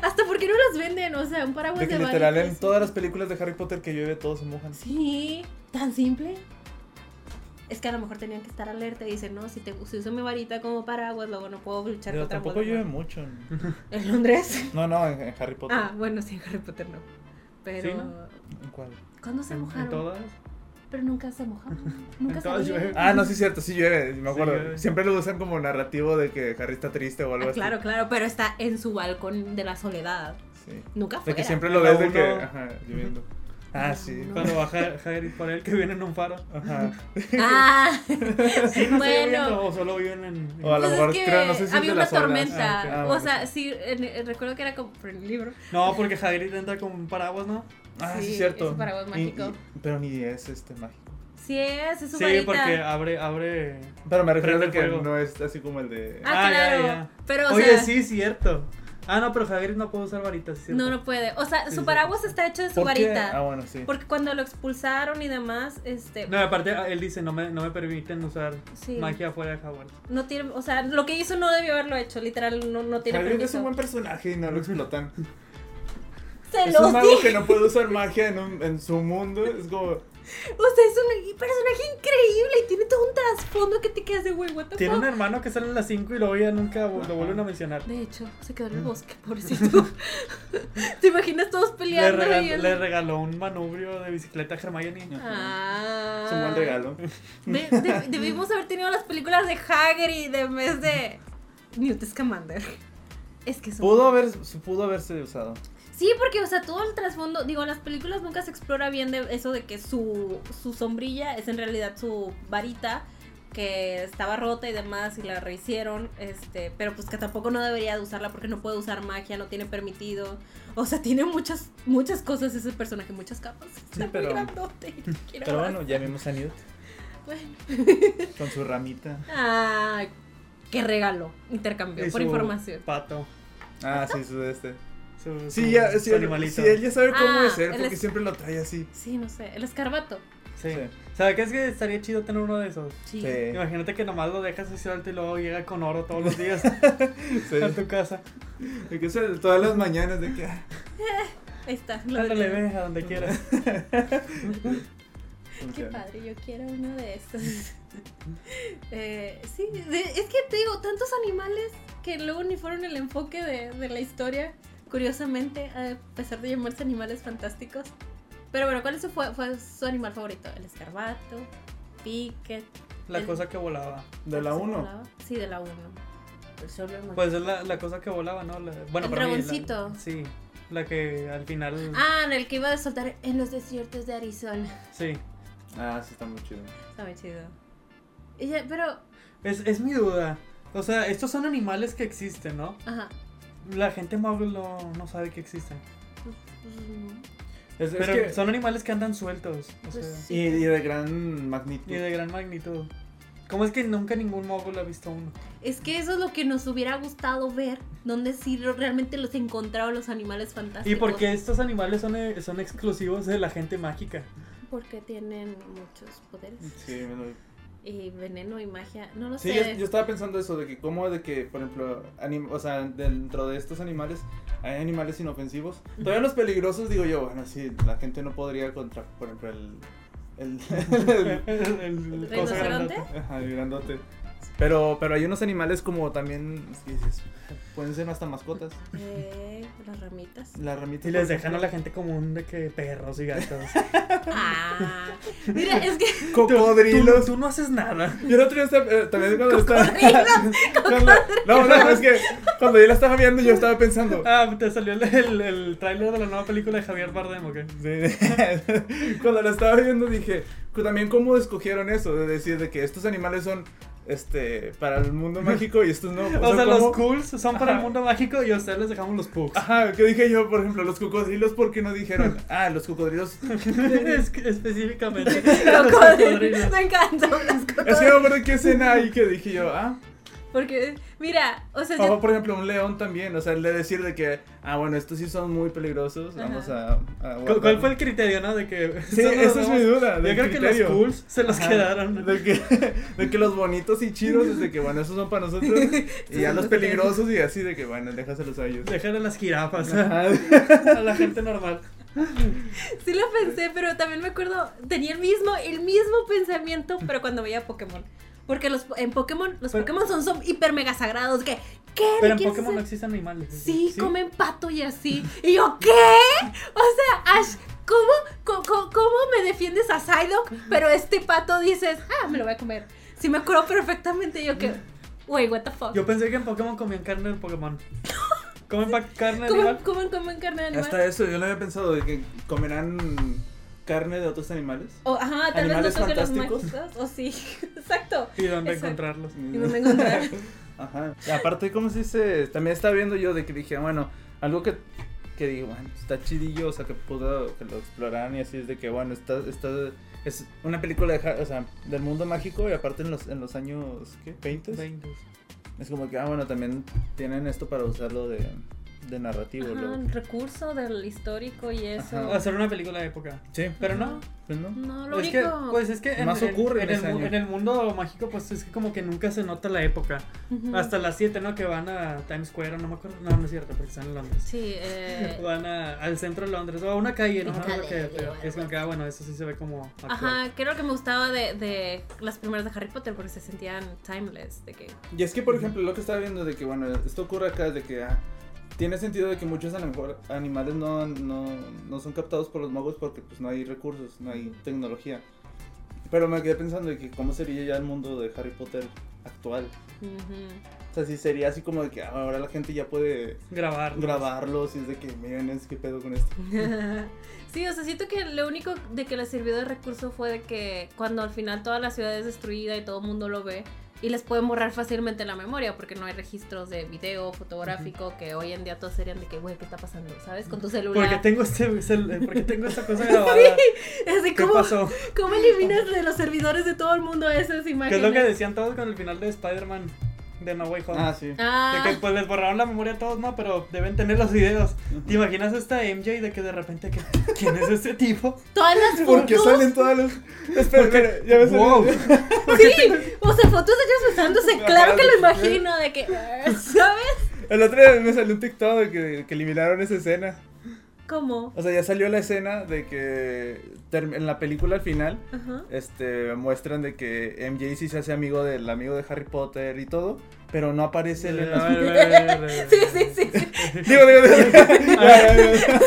hasta porque no las venden, o sea, un paraguas
De
de,
que
varita
literal en
es-
todas las películas de Harry Potter que llueve todos se mojan.
Sí, tan simple. Es que a lo mejor tenían que estar alerta y dicen, no, si, te, si uso mi varita como paraguas, luego no puedo luchar
Pero
contra
tampoco
Voldemort".
llueve mucho. en-
¿En Londres?
No, no, en, en Harry Potter.
Ah, bueno, sí, en Harry Potter no. Pero...
Sí, ¿no?
¿En cuál?
¿Cuándo se
En, en
mojaron?
todas.
Pero nunca se mojaron. Nunca se
todas
mojaron.
llueve.
Ah, no, sí es cierto, sí llueve, me acuerdo.
llueve.
Siempre lo usan como narrativo de que Harry está triste o algo
Ah,
así.
claro, claro, pero está en su balcón de la soledad.
Sí.
Nunca fue.
De que siempre lo
La
ves de
uno.
que. Ajá, lloviendo.
No,
Ah, sí.
no.
Cuando baja Hagrid por él que viene en un faro.
Ajá.
Ah,
Sí, no sé,
bueno.
o solo viven en.
O a lo
Pues es
mejor
que
creo, no sé si es
había
de
una
las obras.
tormenta.
Ah, ok.
Ah,
o
bueno.
sea, sí, en- en- recuerdo que era como por el libro.
No, porque Hagrid entra con un paraguas, ¿no?
Ah,
Sí,
sí, es cierto.
ese paraguas
Y-
mágico.
y- pero ni es este mágico.
Sí es, es su
Sí,
varita.
porque abre, abre.
Pero me refiero
Prende
a que
fuego.
no es así como el de.
Ah,
Ah, ya,
claro.
ya.
Pero, o
Oye,
sea,
sí, cierto. Ah, no, pero Hagrid no puede usar varitas, ¿cierto?
no, no puede. O sea,
Sí,
su
sí.
paraguas está hecho de su
¿Por qué?
varita.
Ah, bueno, sí.
Porque cuando lo expulsaron y demás, este.
No, aparte ah, él dice, no me, no me permiten usar
Sí.
magia fuera de Hogwarts.
No tiene, o sea, lo que hizo no debió haberlo hecho, literal, no, no tiene
Hagrid es
permiso.
un buen personaje y no lo explotan.
Se
Es un
los
mago
dije.
que no puede usar magia en, un- en su mundo. Es como,
O sea, es un personaje increíble y tiene todo un trasfondo que te quedas de güey, what the
Tiene un
fuck?".
hermano que sale en las 5 y luego ya nunca vu-
Ajá.
lo vuelven a mencionar.
De hecho, se quedó en el bosque, pobrecito. ¿Te imaginas todos
Mm. Le,
peleando?
regal-
y él-
le regaló un manubrio de bicicleta a Hermione.
Ah.
Es un buen regalo.
De- de- debimos haber tenido las películas de Hagrid en vez de Newt Scamander. Es que son...
Pudo, haber, su- pudo haberse usado.
Sí, porque, o sea, todo el trasfondo, digo, en las películas nunca se explora bien de eso de que su, su sombrilla es en realidad su varita que estaba rota y demás y la rehicieron, este, pero pues que tampoco no debería de usarla porque no puede usar magia, no tiene permitido. O sea, tiene muchas muchas cosas ese personaje, muchas capas. Está
pero-
muy grandote. Quiero
Pero
más.
bueno, ya vimos a Newt
Bueno.
con su ramita.
Ah, qué regalo, intercambio
Y
por
su
información.
Pato.
Ah, sí, su este.
Su,
Sí,
su-
ya,
su
sí, él,
animalito.
sí, él ya sabe cómo
Ah,
es él,
él
porque
es-
siempre lo trae así.
Sí, no sé, el escarbato.
Sí.
Sí.
¿Sabes qué es que estaría chido tener uno de esos?
Sí.
Sí,
Imagínate que nomás lo dejas así suelto y luego llega con oro todos los días
sí.
a tu casa.
De que eso, todas las mañanas de que. ah,
Ahí está. lo
Dándole
tenemos.
ve a donde quieras.
Qué
funciona.
padre, yo quiero uno de estos. Eh, sí, de- es que te digo, tantos animales que luego ni fueron el enfoque de, de la historia, curiosamente, a pesar de llamarse animales fantásticos. Pero bueno, ¿cuál es su, fue, fue su animal favorito? El escarbato, Piquet.
La cosa que volaba.
De la 1.
Sí, de la 1. El solo hermano.
Pues es la, la cosa que volaba, ¿no? La- bueno,
El
para mí, la-
dragoncito.
sí. La que al final.
Ah, en el que iba a soltar en los desiertos de Arizona.
Sí.
Ah, sí, está muy chido.
Está muy chido. Y ya, pero,
Es, es mi duda. O sea, estos son animales que existen, ¿no?
ajá.
La gente móvil no, no sabe que existen.
Mm,
Es, es
Pero
que-
son animales que andan sueltos. O
Pues
sea,
sí.
y, y de gran magnitud.
y de gran magnitud. ¿Cómo es que nunca ningún mogul ha visto uno?
Es que eso es lo que nos hubiera gustado ver. Donde sí lo- realmente los encontraron los animales fantásticos.
¿Y por qué estos animales son, eh, son exclusivos de la gente mágica?
Porque tienen muchos poderes.
Sí, me lo-
Y veneno y magia. No lo
Sí, yo,
sé.
yo estaba pensando eso, de que cómo de que, por ejemplo, anim- o sea, dentro de estos animales hay animales inofensivos. Todavía los peligrosos, digo yo, bueno, sí, la gente no podría contra, por ejemplo, el... el, el-
el cosa
¿Rinoceronte?
grandota.
ajá, el grandote. Pero, pero hay unos animales como también, es que dices, pueden ser hasta mascotas.
Eh, las ramitas.
La ramita.
Y les dejan a la gente común de que perros y gatos.
Ah, mira, es que.
Tú,
Cocodrilos.
tú no haces nada.
Yo el otro día estaba, eh, también cuando estaba... cuando- no, no,
cocodrilos.
es que cuando yo la estaba viendo yo estaba pensando...
Ah, te salió el, el, el tráiler de la nueva película de Javier Bardem, ¿ok?
Sí. Cuando la estaba viendo dije, "Cu- también cómo escogieron eso, de decir de que estos animales son este para el mundo mágico y estos no.
O sea,
¿cómo?
los cools son para el
Ajá.
mundo mágico y a ustedes les dejamos los pugs.
Ajá, que dije yo, por ejemplo, los cocodrilos, ¿por qué no dijeron? Ah, los cocodrilos.
Es- específicamente. los
Cocodrilos.
cocodrilos.
Me encantan las
Es que me
cocodrilos.
acuerdo qué escena ahí que dije yo, ah.
Porque, mira, o sea,
O
yo-
por ejemplo, un león también, o sea, el de decir de que, ah, bueno, estos sí son muy peligrosos, vamos a. a
¿Cu- ¿Cuál fue el criterio, no? De que.
Sí,
eso nos
esa es
vamos-
mi duda.
Yo
del
creo que
criterio.
los cools se los
Ajá,
quedaron.
De que, de que los bonitos y chidos, es de que bueno, esos son para nosotros. Y ya los peligrosos y así, de que bueno, déjaselos a ellos.
Dejar a las jirafas.
Ajá.
A la gente normal.
sí lo pensé, pero también me acuerdo, tenía el mismo, el mismo pensamiento, pero cuando veía Pokémon. Porque los, en Pokémon, los
Pero-
Pokémon son, son hiper mega sagrados. ¿Qué? ¿Qué? ¿De
Pero en
qué
Pokémon
se-
no existen animales.
Sí, comen pato y así. Y yo, ¿qué? O sea, Ash, ¿cómo, co- co- cómo me defiendes a Psylocke? Pero este pato dices, ah, me lo voy a comer. Sí, me acuerdo perfectamente. Yo, que, wey, what the fuck.
Yo pensé que en Pokémon comían carne de Pokémon. ¿Comen pa- carne
¿Comen,
animal?
comen, comen carne de animal?
Hasta eso, yo no había pensado de que comerán carne de otros animales.
O, ajá, tal vez
¿Animales
no toque los
fantásticos?
mágicos. O sí, exacto.
¿Y dónde
Exacto.
encontrarlos?
Y no me encontré.
Ajá. Y aparte, ¿cómo se dice? También estaba viendo yo de que dije, bueno, algo que, que digo, bueno, está chidillo, o sea, que pudo que lo exploraran y así es de que, bueno, está, está, es una película de, ja- o sea, del mundo mágico y aparte en los, en los años, ¿qué? ¿20?
Veinte.
Es como que, ah, bueno, también tienen esto para usarlo de, de narrativo.
Ajá,
luego.
el recurso del histórico y eso.
Ajá.
Hacer una película de época.
Sí,
Pero no.
pues no.
No, lo
es que,
único.
pues es que en,
Más
en-
ocurre en
en,
ese
el, mu-
año.
en el mundo mágico, pues es que como que nunca se nota la época.
Ujú.
Hasta las 7, ¿no? Que van a Times Square, no me acuerdo. No, no es cierto, porque están en Londres.
Sí, eh,
Van a, al centro de Londres o a una calle, no
En
me acuerdo
Calais,
qué, pero es como que, ah, bueno, eso sí se ve como. actual.
Ajá, creo que lo que me gustaba de, de las primeras de Harry Potter porque se sentían timeless, de que
Y es que, por ejemplo, lo que estaba viendo de que, bueno, esto ocurre acá es de que ah, tiene sentido de que muchos a lo mejor animales no, no, no son captados por los magos porque pues no hay recursos, no hay tecnología. Pero me quedé pensando de que cómo sería ya el mundo de Harry Potter actual.
ujú,
O sea, si sería así como de que ah, ahora la gente ya puede
Grabar. ¿no?
grabarlo, si es de que miren, es que pedo con esto.
Sí, o sea, siento que lo único de que les sirvió de recurso fue de que cuando al final toda la ciudad es destruida y todo el mundo lo ve y les pueden borrar fácilmente la memoria porque no hay registros de video fotográfico que hoy en día todos serían de que, güey, ¿qué está pasando? ¿Sabes? Con tu
Porque
celular.
tengo, este, cel- porque tengo esta cosa grabada.
Así
¿Qué
como,
pasó?
¿cómo eliminas de los servidores de todo el mundo esas
Que
imágenes?
es lo que decían todos con el final de Spider-Man de No Way Home.
Ah, sí.
Ah,
De que pues les borraron la memoria a todos, ¿no? Pero deben tener los videos. ¿Te imaginas esta MJ de que de repente que, ¿quién es este tipo?
todas las fotos.
Porque salen todas las. Espera, espera, ya ves.
wow.
Sí, o sea, fotos de ellos besándose, claro que lo imagino, de que, "Ah, ¿sabes?
El otro día me salió un TikTok de que- que eliminaron esa escena.
¿Cómo?
O sea, ya salió la escena de que term- en la película al final
Ajá.
este muestran de que MJ sí se hace amigo del amigo de Harry Potter y todo, pero no aparece él en las-
Sí, sí, sí, sí.
Digo, digo, digo. Ya, ya, ya.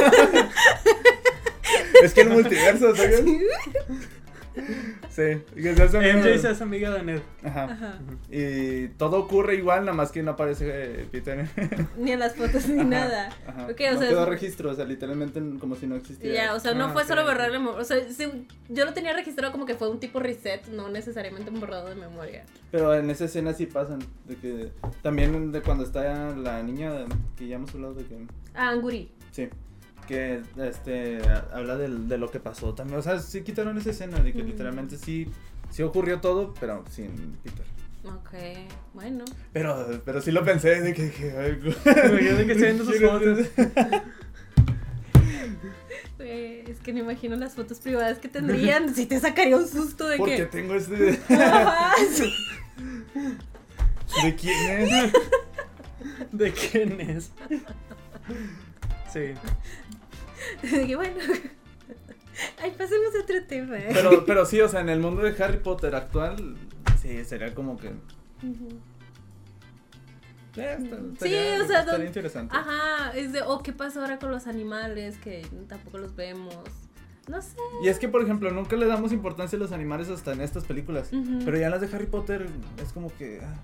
es que el multiverso, ¿sabes? Sí, que se hace amigo
MJ
de-
se hace amiga de Ned.
Ajá.
Ajá.
Y todo ocurre igual, nada más que no aparece eh, Peter.
Ni en las fotos ni
Ajá,
nada.
Ajá.
Ok, o
no
sea,
quedó
es-
registro, o sea, literalmente como si no
Y
existiera.
ya, o sea, no
Ah,
fue
ok.
solo borrar la memoria. O sea, sí, yo lo tenía registrado como que fue un tipo reset, no necesariamente un borrado de memoria.
Pero en esa escena sí pasan, de que también de cuando está la niña que ya hemos hablado de que
Ah, Anguri.
sí, que este habla del- de lo que pasó también, o sea, sí quitaron esa escena de que
Mm.
literalmente sí sí ocurrió todo, pero sin Peter.
Ok, bueno.
Pero pero sí lo pensé de que, que ay, güey.
Yo de que estoy viendo sus fotos.
Eh, es que no imagino las fotos privadas que tendrían. Si te sacaría un susto de
Porque
que.
tengo este de
Ah, sí.
quién es.
¿De quién es? Sí.
De que, bueno. Ay, pasemos a otro tema. eh.
Pero pero sí, o sea, en el mundo de Harry Potter actual sí sería como que eh,
Ujú.
está-
Sí,
estaría-
o sea,
estaría
don-
interesante.
Ajá, es de, o qué pasa ahora con los animales que tampoco los vemos. No sé.
Y es que, por ejemplo, nunca le damos importancia a los animales hasta en estas películas.
Ujú.
Pero ya en las de Harry Potter es como que... ah,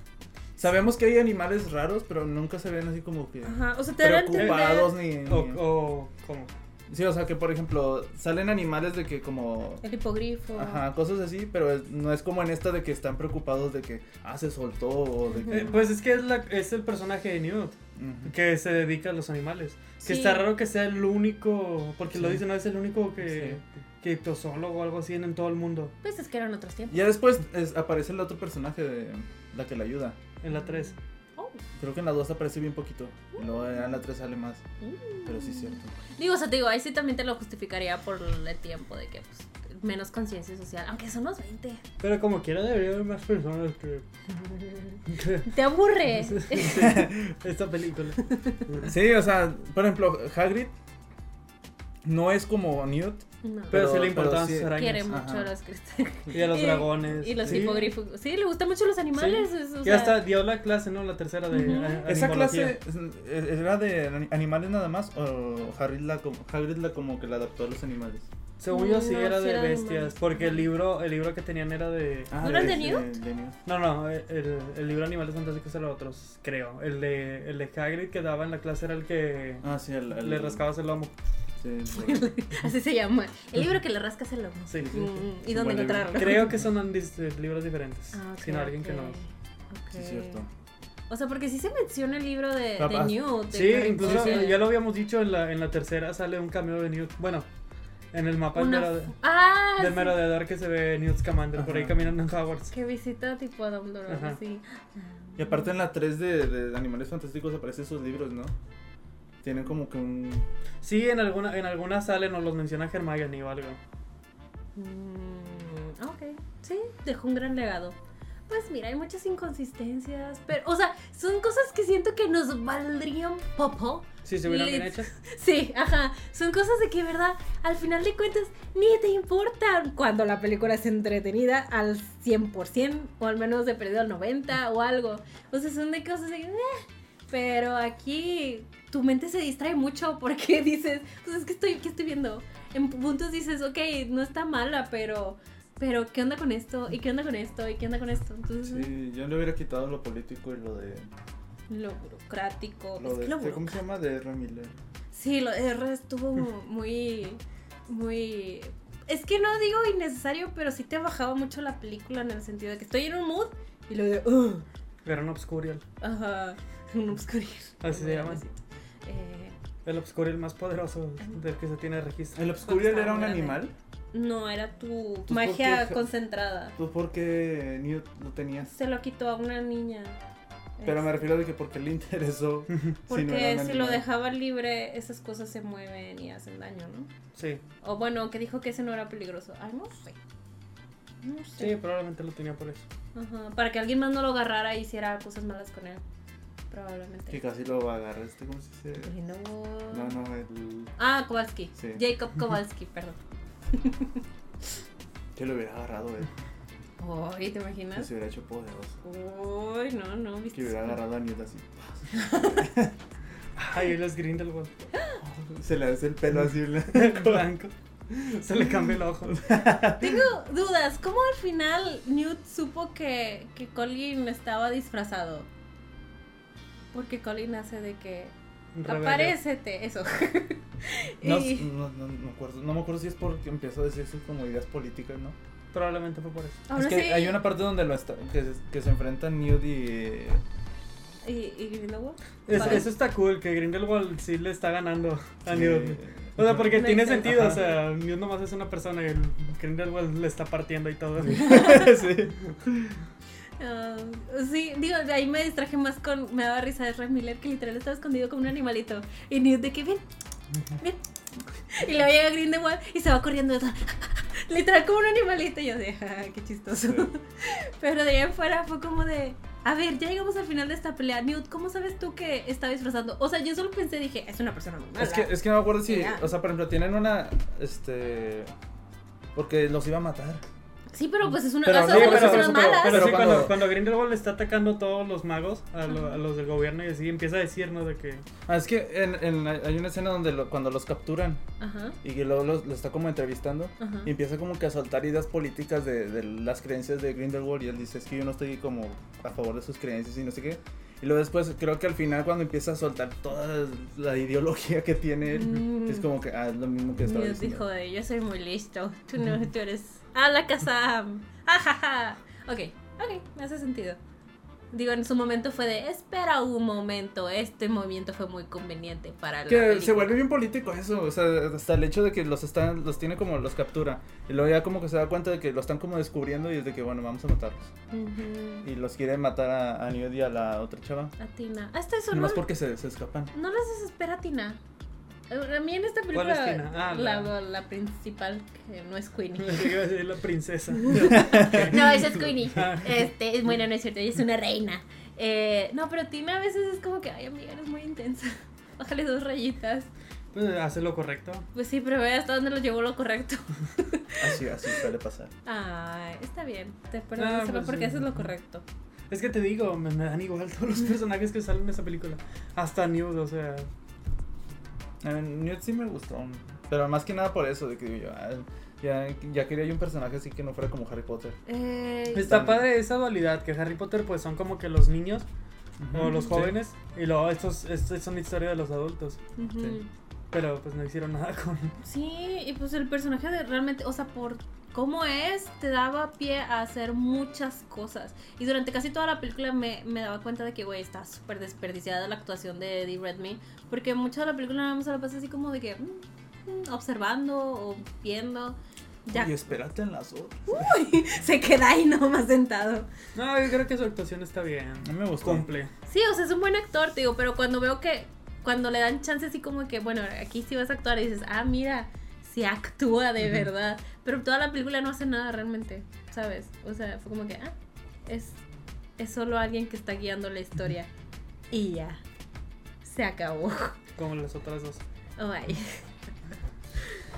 sabemos que hay animales raros, pero nunca se ven así como que...
Ajá, o sea, te dan a
Preocupados
entender
ni, ni-
O, o ¿cómo?
Sí, o sea que, por ejemplo, salen animales de que como...
el hipogrifo.
Ajá, cosas así, pero es- no es como en esta de que están preocupados de que, ah, se soltó o de que...
Eh, pues es que es, la, es el personaje de Newt
Ujú.
que se dedica a los animales.
Sí.
Que está raro que sea el único, porque lo
Sí.
dicen, no es el único que, que ictosólogo o algo así en, en todo el mundo,
Pues es que eran otros tiempos.
Ya después es- aparece el otro personaje de la que la ayuda.
en la 3.
Oh.
Creo que en la 2 aparece bien poquito. Y luego en la 3 sale más.
Mm.
Pero sí es cierto.
Digo, o sea, te digo, ahí sí también te lo justificaría por el tiempo de que pues, menos conciencia social, aunque son los 20.
Pero como quiera debería haber más personas que...
Te aburre.
Esta película.
Sí, o sea, por ejemplo, Hagrid no es como Newt.
No.
Pero, se
Pero-
le importaban
pero sí.
sus arañas.
Quiere mucho
ajá.
a los cristales.
Y a los
Y-
dragones.
Y los
Sí.
hipogrifos. Sí, le gustan mucho los animales. es- o sea,
Ya está, dio la clase, ¿no? La tercera de.
Ujú.
a-
Esa
animología.
clase es- era de ani- animales nada más o Hagrid la, como- Hagrid la como que la adaptó a los animales.
Según yo sí
No,
era
sí
de
era de
bestias.
animales.
Porque el libro, el libro que tenían era de.
¿No era el de Newt?
Ah, este, de Newt.
No, no, el, el libro de Animales Fantásticos era otros, creo. El de, el de Hagrid que daba en la clase era el que
Ah, sí, el, el-
le rascabas el lomo.
sí, el-
Así se llama. El libro que le rascas el lomo.
Sí.
Mm, ¿Y
Buen
dónde
libro.
encontrarlo?
Creo que son dis- eh, libros diferentes.
Ah, ok,
sino alguien
ok,
que no.
ok.
sí, es cierto.
O sea, porque sí se menciona el libro de, de
Capaz.
Newt. de
Sí,
Harry
incluso
Potter.
ya lo habíamos dicho en la, en la tercera sale un cameo de Newt. Bueno, en el mapa del
Una-
merode-
Ah,
del
sí,
merodeador que se ve Newt Scamander por ahí
Ajá.
caminando en Hogwarts.
Que visita tipo a Dumbledore,
Ajá.
sí.
Y aparte en la 3 de, de Animales Fantásticos aparecen sus libros, ¿no? Tienen como que un.
Sí, en alguna, en alguna sale nos los menciona Hermione o algo.
Mm, ok, sí, dejó un gran legado. Pues mira, hay muchas inconsistencias, pero, o sea, son cosas que siento que nos valdrían popo.
Si estuvieran bien
Lit.
hechas.
Sí, ajá, son cosas de que, ¿verdad? Al final de cuentas, ni te importan cuando la película es entretenida al 100%, o al menos de perdido al 90% o algo. O sea, son de cosas de que, "Eh". Pero aquí tu mente se distrae mucho porque dices, pues es que estoy, ¿qué estoy viendo? En puntos dices, ok, no está mala, pero, pero ¿qué onda con esto? ¿Y qué onda con esto? ¿Y qué onda con esto? Entonces,
Sí, yo le hubiera quitado lo político y lo de.
lo burocrático.
Lo
Oh, es
de
que lo
este, ¿Cómo se llama? De R. Miller.
Sí, lo de R estuvo muy, muy... Es que no digo innecesario, pero sí te bajaba mucho la película en el sentido de que estoy en un mood y lo de... "Ugh,
Gran Obscurial.
ajá, un obscurir.
Así se llama.
Eh,
El Obscurial más poderoso del que se tiene registro.
¿El Obscurial
Está
era un
Pues, grande.
animal?
no, era tu
Tus
magia
propias-
concentrada.
Pues porque Newt lo tenías.
Se lo quitó a una niña.
Pero me
Es-
refiero de que porque le interesó. si no
Porque
era un
si lo
animal.
dejaba libre, esas cosas se mueven y hacen daño, ¿no?
Sí,
O bueno, que dijo que ese no era peligroso. Ay, no sé. No sé.
sí, probablemente lo tenía por eso.
Ajá, para que alguien más no lo agarrara e hiciera cosas malas con él. Probablemente.
Que casi lo agarra este, ¿cómo se dice?
Ay, no.
No, no, el.
Ah, Kowalski.
Sí.
Jacob Kowalski, perdón.
Que lo hubiera agarrado él.
Uy, ¿te
Que
imaginas?
se hubiera hecho poderoso.
Uy, no, no, viste.
Que hubiera agarrado a Newt así.
Ay, él es Grindelwald.
Se le hace el pelo así. blanco.
Blanco. Se le cambia el ojo.
Tengo dudas. ¿Cómo al final Newt supo que, que Colin estaba disfrazado? Porque Colin hace de que.
Rebelde.
Aparécete, eso.
No,
Y-
no, no, no, me acuerdo, no me acuerdo si es porque empezó a decir sus como ideas políticas, ¿no?
Probablemente fue por eso.
aún
es que
así-
hay una parte donde lo está- que, se, que se enfrentan Newt y... eh,
¿Y, y Grindelwald?
Es-
Vale.
Eso está cool, que Grindelwald sí le está ganando a
sí,
Newt. O sea, porque
Makes
tiene
sense.
sentido, o
Ajá.
sea, Newt nomás es una persona y el Grindelwald le está partiendo y todo.
sí.
Ah, sí, digo, de ahí me distraje más con. Me daba risa de Red Miller que literal estaba escondido como un animalito. Y Newt de que ven, ven. Y luego llega Grindelwald y se va corriendo. literal como un animalito. Y yo de, "Ah, qué chistoso.
Sí.
Pero de ahí en fuera fue como de. A ver, ya llegamos al final de esta pelea. Newt, ¿cómo sabes tú que está disfrazando? O sea, yo solo pensé, dije, es una persona muy mala.
Es que, es que no me acuerdo si...
Y ya.
O sea, por ejemplo, tienen una... Este... Porque los iba a matar.
Sí, pero pues es una.
Pero
o sea,
no,
son
pero-
personas
pero-
malas.
pero sí,
Pero
cuando,
cuando-
cuando Grindelwald le está atacando a todos los magos, a, lo- a los del gobierno y así, empieza a decirnos de que...
Ah, es que en, en- hay una escena donde lo- cuando los capturan
Ajá.
y que luego los, lo está como entrevistando
Ajá.
y empieza como que a soltar ideas políticas de, de las creencias de Grindelwald y él dice es que yo no estoy como a favor de sus creencias y no sé qué. Y luego después creo que al final cuando empieza a soltar toda la ideología que tiene él,
Mm.
es como que ah, es lo mismo que estaba
Dios dijo
diciendo.
de, yo soy muy listo. Tú no, tú eres. ¡A la casa! ¡Ajaja! Ok, ok, me hace sentido. Digo, en su momento fue de, espera un momento, este movimiento fue muy conveniente para la
Que se
película".
vuelve bien político eso, o sea, hasta el hecho de que los están, los tiene como, los captura. Y luego ya como que se da cuenta de que lo están como descubriendo y es de que bueno, vamos a matarlos.
Ujú.
Y los quieren matar a, a Newt y a la otra chava.
A Tina. Ah, esto eso no,
Nomás porque se, se escapan.
no les desespera a Tina. Eh, A mí en esta película,
¿Cuál es Tina? Ah,
la,
la-
la principal, que no es Queenie.
Pensé que iba a decir la princesa. Ah,
No, esa es Queenie. Este, es- bueno, no es cierto, ella es una reina. Eh, no, pero Tina a veces es como que, ay, amiga, eres muy intensa. Bájale dos rayitas.
Pues hace lo correcto.
Pues sí, pero ve hasta dónde lo llevó lo correcto.
Así, así suele pasar.
Ay, está bien. Te
Ah,
perdono
pues
porque
sí.
haces lo correcto.
Es que te digo, me, me dan igual todos los personajes que salen en esa película. Hasta Newt, o sea...
A mí Newt sí me gustó. Pero más que nada por eso, de que digo yo, ah, ya, ya quería yo un personaje así que no fuera como Harry Potter.
Está padre esa dualidad, que Harry Potter pues son como que los niños o los
Sí.
jóvenes y luego estos, estos son la historia de los adultos.
Ujú.
sí.
Pero pues no hicieron nada con...
Sí, y pues el personaje de realmente, o sea, por cómo es, te daba pie a hacer muchas cosas. Y durante casi toda la película me, me daba cuenta de que, güey, está súper desperdiciada la actuación de Eddie Redmayne. Porque mucha de la película nada más se la pasa así como de que mm, mm, observando o viendo. Ya Uh.
Y espérate en las otras.
se queda ahí nomás sentado.
No, yo creo que su actuación está bien.
A mí me gustó.
Cumple.
Sí, o sea, es un buen actor, te digo, pero cuando veo que cuando le dan chance así como que, bueno, aquí sí vas a actuar y dices, ah, mira, sí actúa de
Ujú.
verdad. Pero toda la película no hace nada realmente, ¿sabes? O sea, fue como que, ah, es, es solo alguien que está guiando la historia. Y ya, se acabó.
Como las otras dos.
Oh, bye.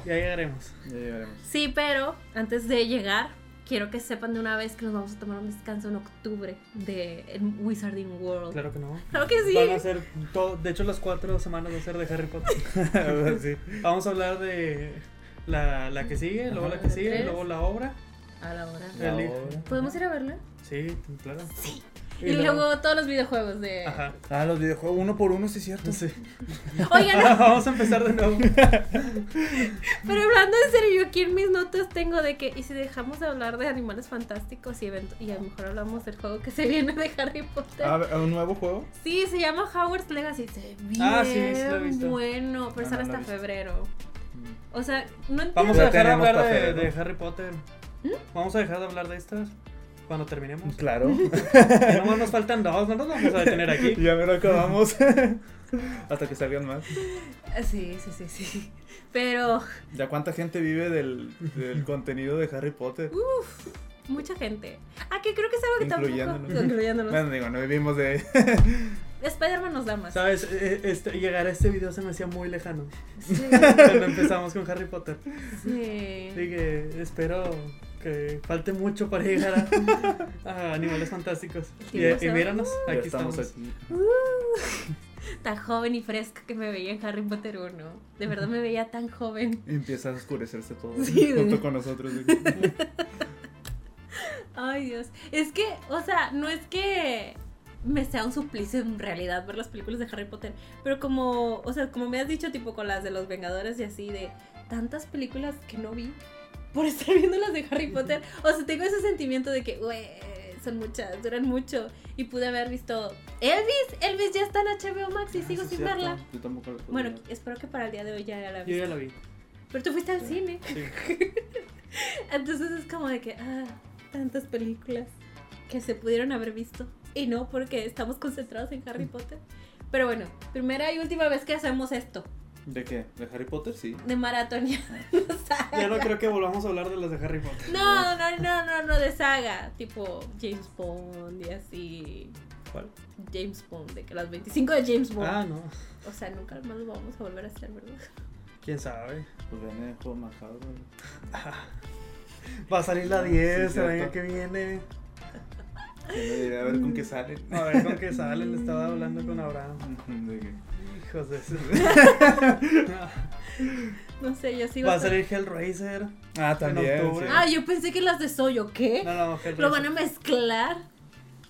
Ya llegaremos.
Ya llegaremos.
Sí, pero antes de llegar, quiero que sepan de una vez que nos vamos a tomar un descanso en octubre de en Wizarding World.
Claro que no.
Claro que sí.
Van a ser todo. De hecho, las cuatro semanas va a ser de Harry Potter.
sí.
Vamos a hablar de la, la que sigue, luego la que
Ajá.
sigue,
Tres.
luego la obra.
A la hora.
La
El-
obra.
¿Podemos ir a verla?
Sí, claro.
Y, luego eh, todos los videojuegos de.
Ajá.
Ah, los videojuegos uno por uno, sí es cierto.
Sí.
Oigan,
Vamos a empezar de nuevo.
pero hablando en serio, yo aquí en mis notas tengo de que. ¿Y si dejamos de hablar de animales fantásticos y eventos? Y a lo mejor hablamos del juego que se viene de Harry Potter.
Ah, ¿Un nuevo juego?
Sí, se llama Howard's Legacy. Se ve bien
Ah, sí, sí lo he visto.
bueno, pero
No,
sale
no
hasta
lo he visto.
febrero. O sea, no entiendo.
Vamos
Ya
a dejar de
tenemos
hablar de,
papel, ¿no?
de Harry Potter.
¿Mm?
Vamos a dejar de hablar de estas cuando terminemos.
Claro.
Ya nomás nos faltan dos, no nos vamos a detener aquí.
ya me lo acabamos. Hasta que salgan más.
Ah, Sí, sí, sí, sí. Pero
¿Ya cuánta gente vive del, del contenido de Harry Potter?
mucha gente. Ah, que creo que es algo que tampoco.
Incluyéndonos.
Incluyéndonos.
Bueno, digo, no vivimos de.
Spider-Man nos da más.
Sabes, Eh, este- llegar a este video se me hacía muy lejano.
Sí,
Cuando empezamos con Harry Potter.
sí.
Así que espero que falte mucho para llegar a, a Animales Fantásticos.
Qué
Y, eh, y
emoción.
míranos,
Ya
aquí estamos.
aquí.
Uh, tan joven y fresca que me veía en Harry Potter 1. De verdad me veía tan joven.
Y empieza a oscurecerse todo
Sí,
junto
güey.
con nosotros.
Ay, Dios. Es que, o sea, no es que me sea un suplicio en realidad ver las películas de Harry Potter, pero como, o sea, como me has dicho, tipo con las de los Vengadores y así, de tantas películas que no vi por estar viendo las de Harry Potter. O sea, tengo ese sentimiento de que, güey, son muchas, duran mucho y pude haber visto Elvis. Elvis ya está en HBO
Ah,
Max y sigo
Eso es
sin
cierto,
verla.
Yo tampoco la puedo
Bueno,
ver.
espero que para el día de hoy ya la
Yo
vi.
ya la vi.
Pero tú fuiste al
Sí.
cine.
Sí.
Entonces es como de que, ah, tantas películas que se pudieron haber visto. Y no porque estamos concentrados en
Mm.
Harry Potter. Pero bueno, primera y última vez que hacemos esto,
¿De qué? ¿De Harry Potter? Sí.
de maratonia.
Ya no creo que volvamos a hablar de las de Harry Potter.
No, no, no, no, no, de saga. Tipo James Bond y así.
¿Cuál?
James Bond, de que las 25 de James Bond.
Ah, no.
O sea, nunca más lo vamos a volver a hacer, ¿verdad?
¿Quién sabe?
Pues viene el juego macabro.
Va a salir la 10
Sí,
el año
cierto.
que viene.
Yo me diré eh, a ver con
Mm.
qué sale.
A ver con qué sale. Le estaba hablando con Abraham.
¿De qué?
Hijos de su-
No sé, yo sigo.
Va a
hasta-
salir Hellraiser.
Ah, también.
octubre.
sí.
Ah, yo pensé que las de Soyo, ¿qué?
No, no, Hellraiser.
¿Lo van a mezclar?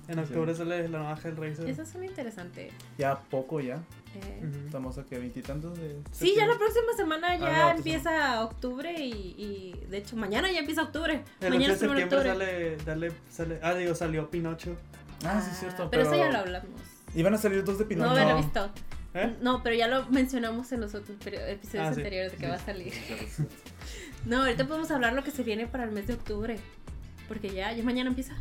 En octubre sale la nueva Hellraiser.
Esas son interesantes.
Ya poco ya.
Eh,
Ujú.
Estamos aquí a veintitantos de.
Sí, ya la próxima semana ya
Ah, no, entonces
empieza octubre y, y de hecho mañana ya empieza octubre.
El 8
mañana
de
es primero de
septiembre
octubre.
sale, dale, sale. Ah, digo, salió Pinocho.
Ah, sí, es cierto.
Pero, eso ya lo hablamos.
Iban a salir dos de
No,
Pinocho.
lo he visto.
¿Eh?
No, pero ya lo mencionamos en los otros peri- episodios
Ah, sí.
anteriores de que
Sí.
va a
Sí,
salir.
claro, sí.
No, ahorita podemos hablar lo que se viene para el mes de octubre. Porque ya, ya mañana empieza.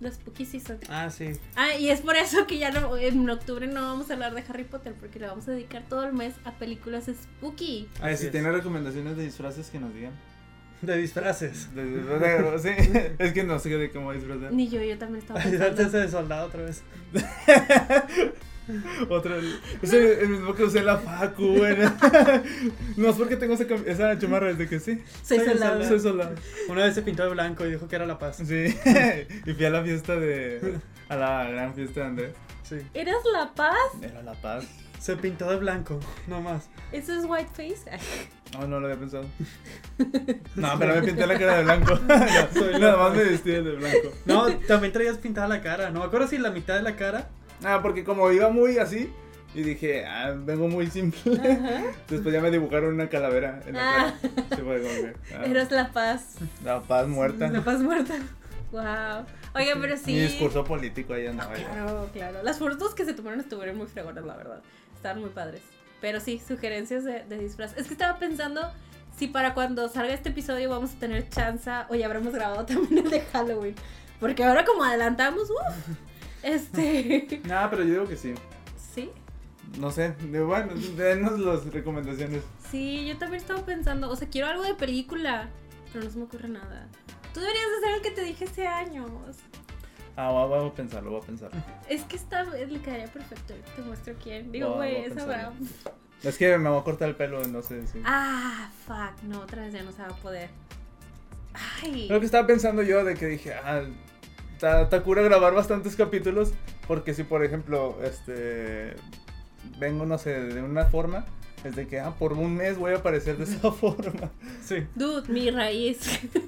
Las Spooky Season.
Ah, sí.
Ah, y es por eso que ya no- en octubre no vamos a hablar de Harry Potter, porque le vamos a dedicar todo el mes a películas spooky.
A ver,
Así
si
es.
tienen recomendaciones de disfraces que nos digan.
De disfraces.
De- de- de- sí, es que no sé de cómo disfrazar.
Ni yo, yo también estaba pensando.
Disfraces de soldado otra vez.
Otra Es el, el mismo que usé en la facu, güey. No es porque tengo esa, cam- esa chamarra desde que sí.
Soy
Soy
soldado.
soldado.
Soy soldado.
Una vez se pintó de blanco y dijo que era La Paz.
Sí. Y fui a la fiesta de. A la gran fiesta de Andrés.
Sí.
¿Eras La Paz?
Era La Paz.
Se pintó de blanco, no más.
¿Eso es whiteface? Ay,
No, no lo había pensado. No, pero me pinté la cara de blanco. No, nada más me vestí de blanco.
No, también traías pintada la cara. No me acuerdo si la mitad de la cara.
Ah, porque como iba muy así. Y dije, ah, vengo muy simple. Después ya me dibujaron una calavera en la
Ah.
cara. Sí, fue como que, ah,
Eras La Paz.
La paz
La
muerta.
Paz muerta. Wow. Oiga, pero sí.
Mi discurso político ahí andaba.
Claro, claro. Las fotos que se tomaron estuvieron muy fregonas, la verdad. Estaban muy padres. Pero sí, sugerencias de, de disfraz. Es que estaba pensando si para cuando salga este episodio vamos a tener chance o ya habremos grabado también el de Halloween. Porque ahora como adelantamos, uff. Este...
Nada, pero yo digo que sí.
Sí.
no sé, de, bueno, denos las recomendaciones.
Sí, yo también estaba pensando, o sea, quiero algo de película, pero no se me ocurre nada. Tú deberías de ser el que te dije hace años.
Ah, va, va, voy a pensarlo, voy a pensarlo.
Es que está, le quedaría perfecto. Te muestro quién. Digo,
Wow,
güey,
voy a
esa va.
pensarlo. Es que me voy a cortar el pelo, no sé. sí.
Ah, fuck. No, otra vez ya no se va a poder. Ay.
Lo que estaba pensando yo de que dije, ah, está está cura grabar bastantes capítulos, porque si por ejemplo, este, vengo, no sé, de una forma, es de que, ah, por un mes voy a aparecer de esa forma.
Sí.
Dude, mi raíz.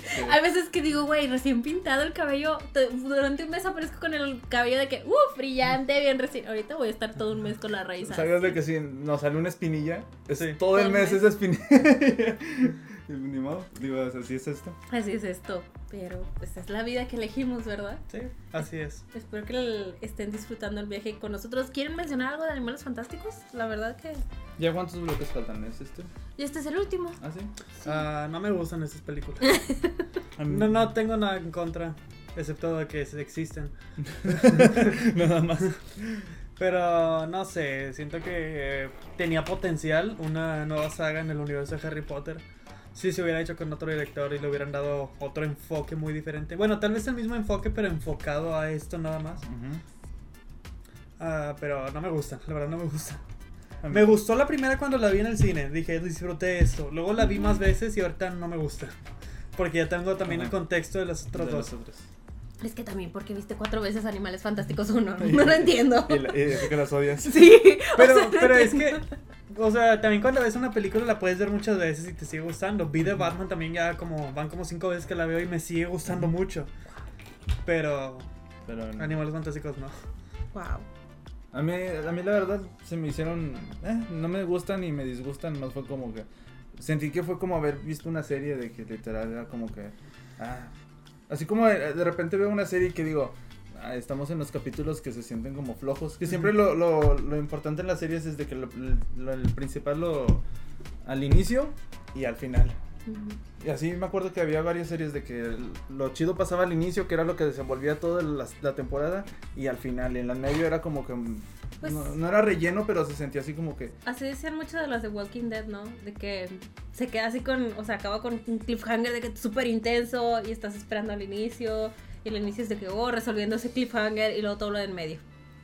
Hay veces que digo, güey, recién pintado el cabello. te- Durante un mes aparezco con el cabello de que, uff, brillante, bien recién. Ahorita voy a estar todo un mes con la raíz.
Sabías de que si nos sale una espinilla, es
Sí.
Todo
todo el
el
mes
mes.
esa espinilla. Y Ni modo, digo, así es esto.
Así es esto. Pero, pues es la vida que elegimos, ¿verdad?
Sí, así es.
Espero que el- estén disfrutando el viaje con nosotros. ¿Quieren mencionar algo de Animales Fantásticos? La verdad que...
¿Ya cuántos bloques faltan? ¿Es este?
Y este es el último.
¿Ah, sí?
Ah, no me gustan esas películas. No, no tengo nada en contra, excepto de que existen.
nada más.
Pero no sé, siento que eh, tenía potencial una nueva saga en el universo de Harry Potter. Si se hubiera hecho con otro director y le hubieran dado otro enfoque muy diferente. Bueno, tal vez el mismo enfoque, pero enfocado a esto nada más. Ah, pero no me gusta, la verdad no me gusta. Me gustó la primera cuando la vi en el cine. Dije, disfruté esto. Luego la vi más veces y ahorita no me gusta. Porque ya tengo también el
Ajá.
contexto de las otras
De
dos.
los otros.
Es que también porque viste cuatro veces Animales Fantásticos 1. No lo entiendo.
Y, la- y eso que las odias.
Sí.
Pero,
o sea, no
pero es que,
entiendo.
o sea, también cuando ves una película la puedes ver muchas veces y te sigue gustando. Vi de Batman también ya como, van como cinco veces que la veo y me sigue gustando mucho. Pero
Pero no.
Animales Fantásticos no.
Wow.
A mí, a mí la verdad se me hicieron, eh, no me gustan y me disgustan, más fue como que, sentí que fue como haber visto una serie de que literal era como que, ah, así como de, de repente veo una serie que digo, ah, estamos en los capítulos que se sienten como flojos, que siempre lo, lo, lo importante en las series es de que lo, lo- el principal lo, al inicio y al final.
Ujú.
Y así me acuerdo que había varias series de que el- lo chido pasaba al inicio, que era lo que desenvolvía toda la, la temporada, y al final, en la medio era como que... mm,
Pues-
no, no era relleno, pero se sentía así como que...
Así decían mucho de las de Walking Dead, ¿no? De que se queda así con, o sea, acaba con un cliffhanger de que es súper intenso y estás esperando al inicio. Y el inicio es de que, oh, resolviendo ese cliffhanger y luego todo lo de en medio.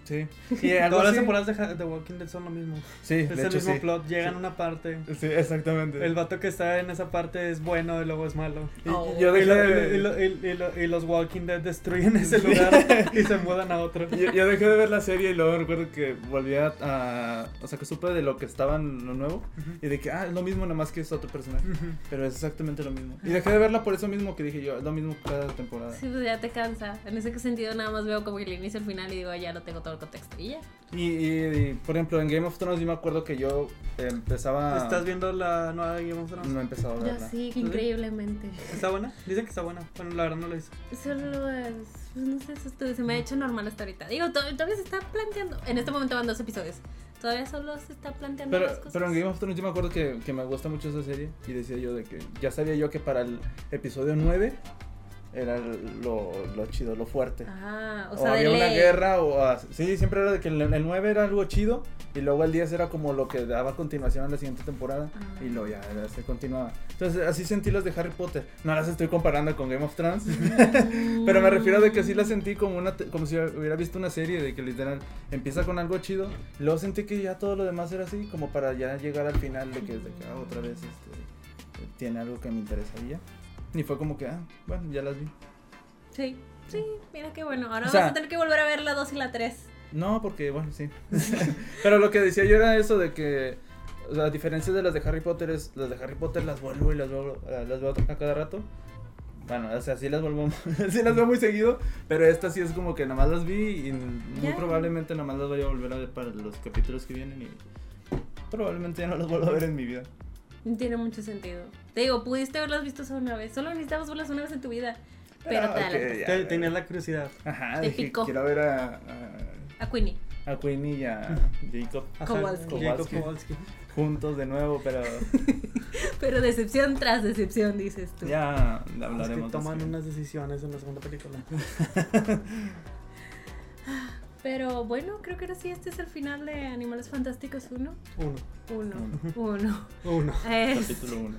Sí. Y Eh, algo
Todas las
así-
temporadas de, Ha- de Walking Dead son lo mismo.
Sí,
es
de
el
hecho,
mismo
sí.
plot, llegan
Sí.
a una parte.
Sí, exactamente.
El vato que está en esa parte es bueno y luego es malo.
Y- y
Oh.
yo,
Y,
dejé
lo-
de,
y lo- y lo- y lo- y los Walking Dead destruyen ese lugar y se mudan a otro.
yo- yo dejé de ver la serie y luego recuerdo que volví a, a- O sea, que supe de lo que estaban lo nuevo y de que, ah, es lo mismo, nomás que es otro personaje.
Ujú.
Pero es exactamente lo mismo. Y dejé de verla por eso mismo que dije yo, es lo mismo cada temporada.
Ah.
Sí, pues ya te cansa. En ese sentido nada más veo como que el inicio, el final y digo, "Ah, ya no tengo todo el contexto. Y ya.
Y, y- y, por ejemplo, en Game of Thrones yo me acuerdo que yo empezaba...
¿Estás viendo la nueva Game of Thrones?
Ah. No he empezado a
Yo
verla.
sí, increíblemente.
¿Está buena? Dicen que está buena. Bueno, la verdad no lo hice.
Solo es, pues, no sé, eso estuvo- se me ha hecho normal hasta ahorita. Digo, to- todavía se está planteando, en este momento van dos episodios, todavía solo se está planteando
Pero,
las cosas.
pero en Game of Thrones yo me acuerdo que, que me gusta mucho esa serie y decía yo de que ya sabía yo que para el episodio 9 era lo, lo chido, lo fuerte.
Ah, o
o
sea, de
había una
ley.
guerra o... as- sí, siempre era de que el, el 9 era algo chido y luego el 10 era como lo que daba continuación a la siguiente temporada
Ah.
y luego ya era- se continuaba. Entonces así sentí las de Harry Potter. No las estoy comparando con Game of Thrones. Pero me refiero de que
Mm.
sí la sentí como una te- como si hubiera visto una serie de que literal empieza con algo chido, y luego sentí que ya todo lo demás era así, como para ya llegar al final de que, de que, ah, otra vez este, tiene algo que me interesaría. Y fue como que, ah, bueno, ya las vi.
Sí, sí, mira qué bueno, ahora
O sea-
vas a tener que volver a ver la 2 y la 3.
No, porque bueno, sí. Pero lo que decía yo era eso de que o sea, a diferencia de las de Harry Potter es las de Harry Potter las vuelvo y las vuelvo eh, las veo a cada rato. Bueno, o sea, sí las vuelvo sí las veo muy seguido, pero esta sí es como que nomás las vi y muy
Ya.
probablemente nomás las vaya a volver a ver para los capítulos que vienen y probablemente ya no las vuelvo a ver en mi vida.
Tiene mucho sentido. Te digo, pudiste haberlas visto solo una vez, solo necesitabas verlas una vez en tu vida, pero
Ah,
te
ok,
adelantaste.
ya,
Te-
ya.
Tenía la curiosidad.
Ajá,
Te
dije,
picó.
quiero ver a, a,
A Queenie.
a Queenie y a Jacob
Ajá,
Kowalski.
Jacob
Kowalski.
Kowalski.
juntos de nuevo, pero
Pero decepción tras decepción, dices tú.
ya hablaremos.
Los que
de
toman
eso.
unas decisiones en la segunda película.
Pero bueno, creo que ahora sí este es el final de Animales Fantásticos 1.
Uno.
1. 1.
Uno.
Capítulo 1.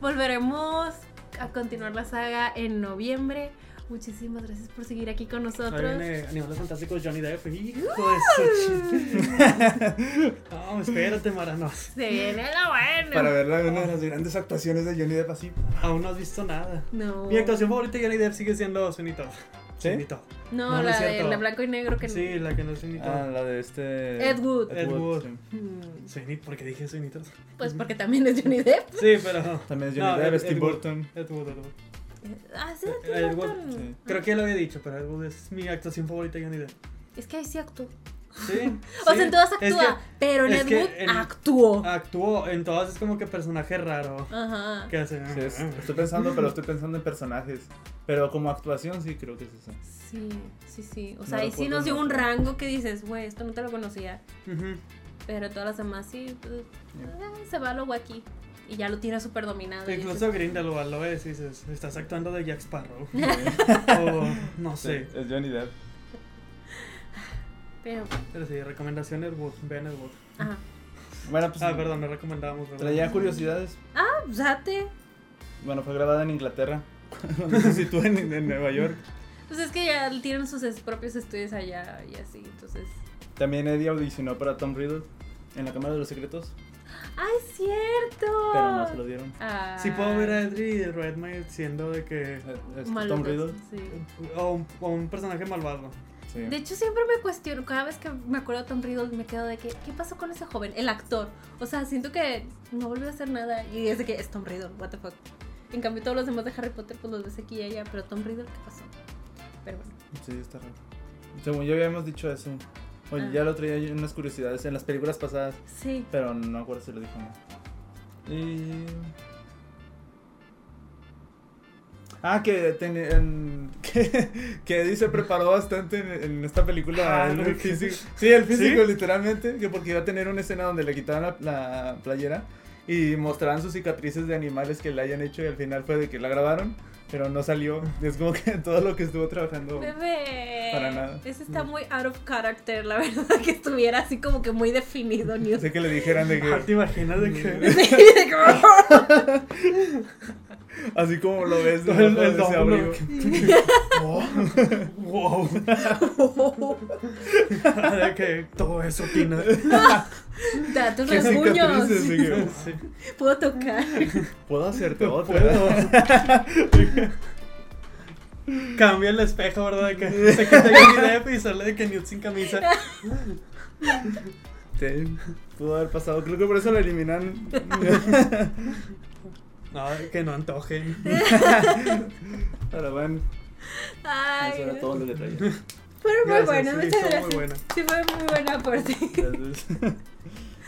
Volveremos a continuar la saga en noviembre. Muchísimas gracias por seguir aquí con
Ahí
nosotros.
viene Animales Fantásticos Johnny Depp. Hijo de su chi- No, espérate, Mara. No,
Se viene lo bueno.
Para ver la- una de las grandes actuaciones de Johnny Depp así.
aún no has visto nada.
No.
Mi actuación favorita de Johnny Depp sigue siendo Sweeney Todd. Sweeney Todd.
No,
No, no
la
es
de
cierto.
la blanco y negro que
Sí, la que no es Sweeney
Ah,
Todd.
la de este.
Ed Wood.
Ed Wood.
sí.
Mm,
Sweeney, ¿por qué dije Sweeney Todd?
Pues porque también es Johnny Depp.
Sí, pero.
También es
No,
Johnny Depp,
Ed-
Steve
Ed Wood.
Burton.
Ed Wood, Ed Wood.
Ah, sí,
Eh,
Tim
Ed Wood,
Burton.
sí.
Creo que ya lo había dicho, pero Ed Wood es mi actuación favorita de Johnny Depp.
Es que ahí sí actuó.
Sí.
O
sí.
sea, en todas actúa,
Es que
pero en
es
Ed
que ah.
Wood
en-
actuó.
actuó, en todas es como que personaje raro.
Ajá.
¿Qué hace?
Sí, es- estoy pensando, pero estoy pensando en personajes. Pero como actuación, sí creo que es eso.
Sí, sí, sí. O sea,
No
ahí sí
recuerdo
nos dio
el
un
nombre.
rango que dices, güey, esto no te lo conocía.
Ujú.
Pero todas las demás sí, pues,
Yeah.
ah, se va a lo wacky. Y ya lo tiene súper dominado. y
Incluso
dices,
Grindelwald lo ves y dices, estás actuando de Jack Sparrow. o no sé.
Es Johnny Depp.
Pero,
Pero sí, recomendación Edward, vean Edward.
ajá.
Bueno, pues.
Ah, perdón, no recomendábamos. ¿verdad?
Traía curiosidades.
Ah, Date.
Bueno, fue grabada en Inglaterra. Cuando se sitúa en, en Nueva York.
Pues es que ya tienen sus es- propios estudios allá y así, entonces.
También Eddie audicionó para Tom Riddle en la Cámara de los Secretos,
¡Ah, es cierto!
pero no se lo dieron.
Ah.
Sí puedo ver a Edry y Redmayne siendo de que...
Eh, es Tom
Malos,
Riddle.
sí.
O un, o un personaje malvado.
Sí.
De hecho, siempre me cuestiono, cada vez que me acuerdo de Tom Riddle, me quedo de que, ¿qué pasó con ese joven? El actor. O sea, siento que no volvió a hacer nada y es de que es Tom Riddle, what the fuck. En cambio, todos los demás de Harry Potter, pues los ves aquí y allá, pero Tom Riddle, ¿qué pasó? Pero bueno.
Sí, está raro. Según yo habíamos dicho eso. Oye,
Ah.
ya lo traía yo en unas curiosidades en las películas pasadas,
Sí.
pero no me acuerdo si lo dijo o no. Y... Ah, que, ten- en- que, que Eddie se preparó bastante en, en esta película.
Ah,
el
lo que-
físico. Sí, el físico,
¿Sí?
literalmente. Que porque iba a tener una escena donde le quitaban la, la playera y mostraban sus cicatrices de animales que le hayan hecho. Y al final fue de que la grabaron, pero no salió. Es como que todo lo que estuvo trabajando.
Bebé.
Para nada.
Ese está muy out of character, la verdad, que estuviera así como que muy definido, ni
Sé que le dijeran de
Ah, ¿Te
que
imaginas de que...
Sí, de que-
así como lo ves
Todo el-
debajo de
el
ese
doble.
abrigo. Oh,
wow. de que todo eso opina.
Da tus
qué
rasguños.
cicatrices, de que,
Sí.
Puedo tocar.
Puedo hacerte otra.
Cambia el espejo, ¿verdad? De que se quita Johnny Depp y sale de que Newt sin camisa.
Te- pudo haber pasado. Creo que por eso lo eliminan.
No, que no antojen.
Ahora van. Eso
Ay.
era todo lo que traía.
Fueron muy
Gracias,
buenas,
sí,
muchas
estuvo muy
gracias.
buena.
Sí, fue muy buena aporte.
Entonces,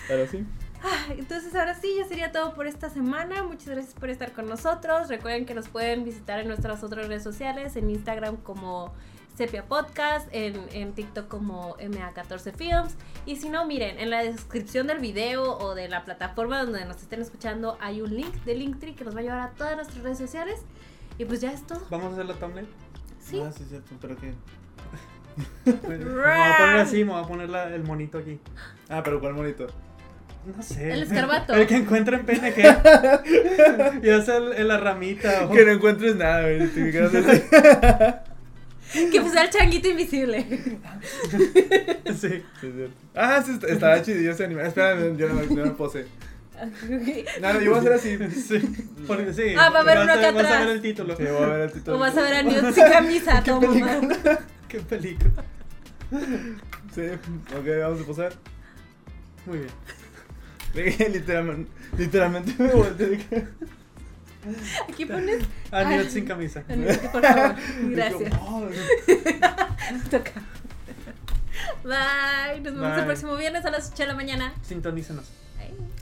Ahora sí.
Ay, Ah, Entonces, ahora sí, ya sería todo por esta semana. Muchas gracias por estar con nosotros. Recuerden que nos pueden visitar en nuestras otras redes sociales, en Instagram como Sepia Podcast, en, en TikTok como MA14 Films. Y si no, miren, en la descripción del video o de la plataforma donde nos estén escuchando hay un link de Linktree que nos va a llevar a todas nuestras redes sociales. Y pues ya es todo.
Vamos a hacer la thumbnail.
Sí.
Ah, sí, cierto. Pero que.
Me voy a poner así, me voy a poner la- el monito aquí.
Ah, pero ¿cuál monito?
No sé.
El escarbato.
El que encuentra en PNG. y hace el, el- la ramita. o-
Que no encuentres nada, güey. Te quedas así.
Que pues sea el changuito invisible.
Sí.
Sí, es cierto. Ah, sí, está- estaba chido ese animal. Espera, yo no, yo no posé. No, no, yo voy a hacer así.
Sí. Porque sí.
Ah, va a haber
vas
uno acá
Vas a
atrás.
ver el título.
Sí, voy a ver el título.
O vas a ver a Newt sin camisa, todo mamá.
Qué película.
Sí, ok, vamos a posar.
Muy bien.
Literalmente, literalmente me volteé. de que-
Aquí pones.
Ah,
Ay.
Newt sin camisa.
Anita, Por favor.
de
Gracias.
que, oh,
Toca. Bye. Nos vemos
Bye.
el próximo viernes a las 8 de la mañana.
Sintonícenos.
Bye.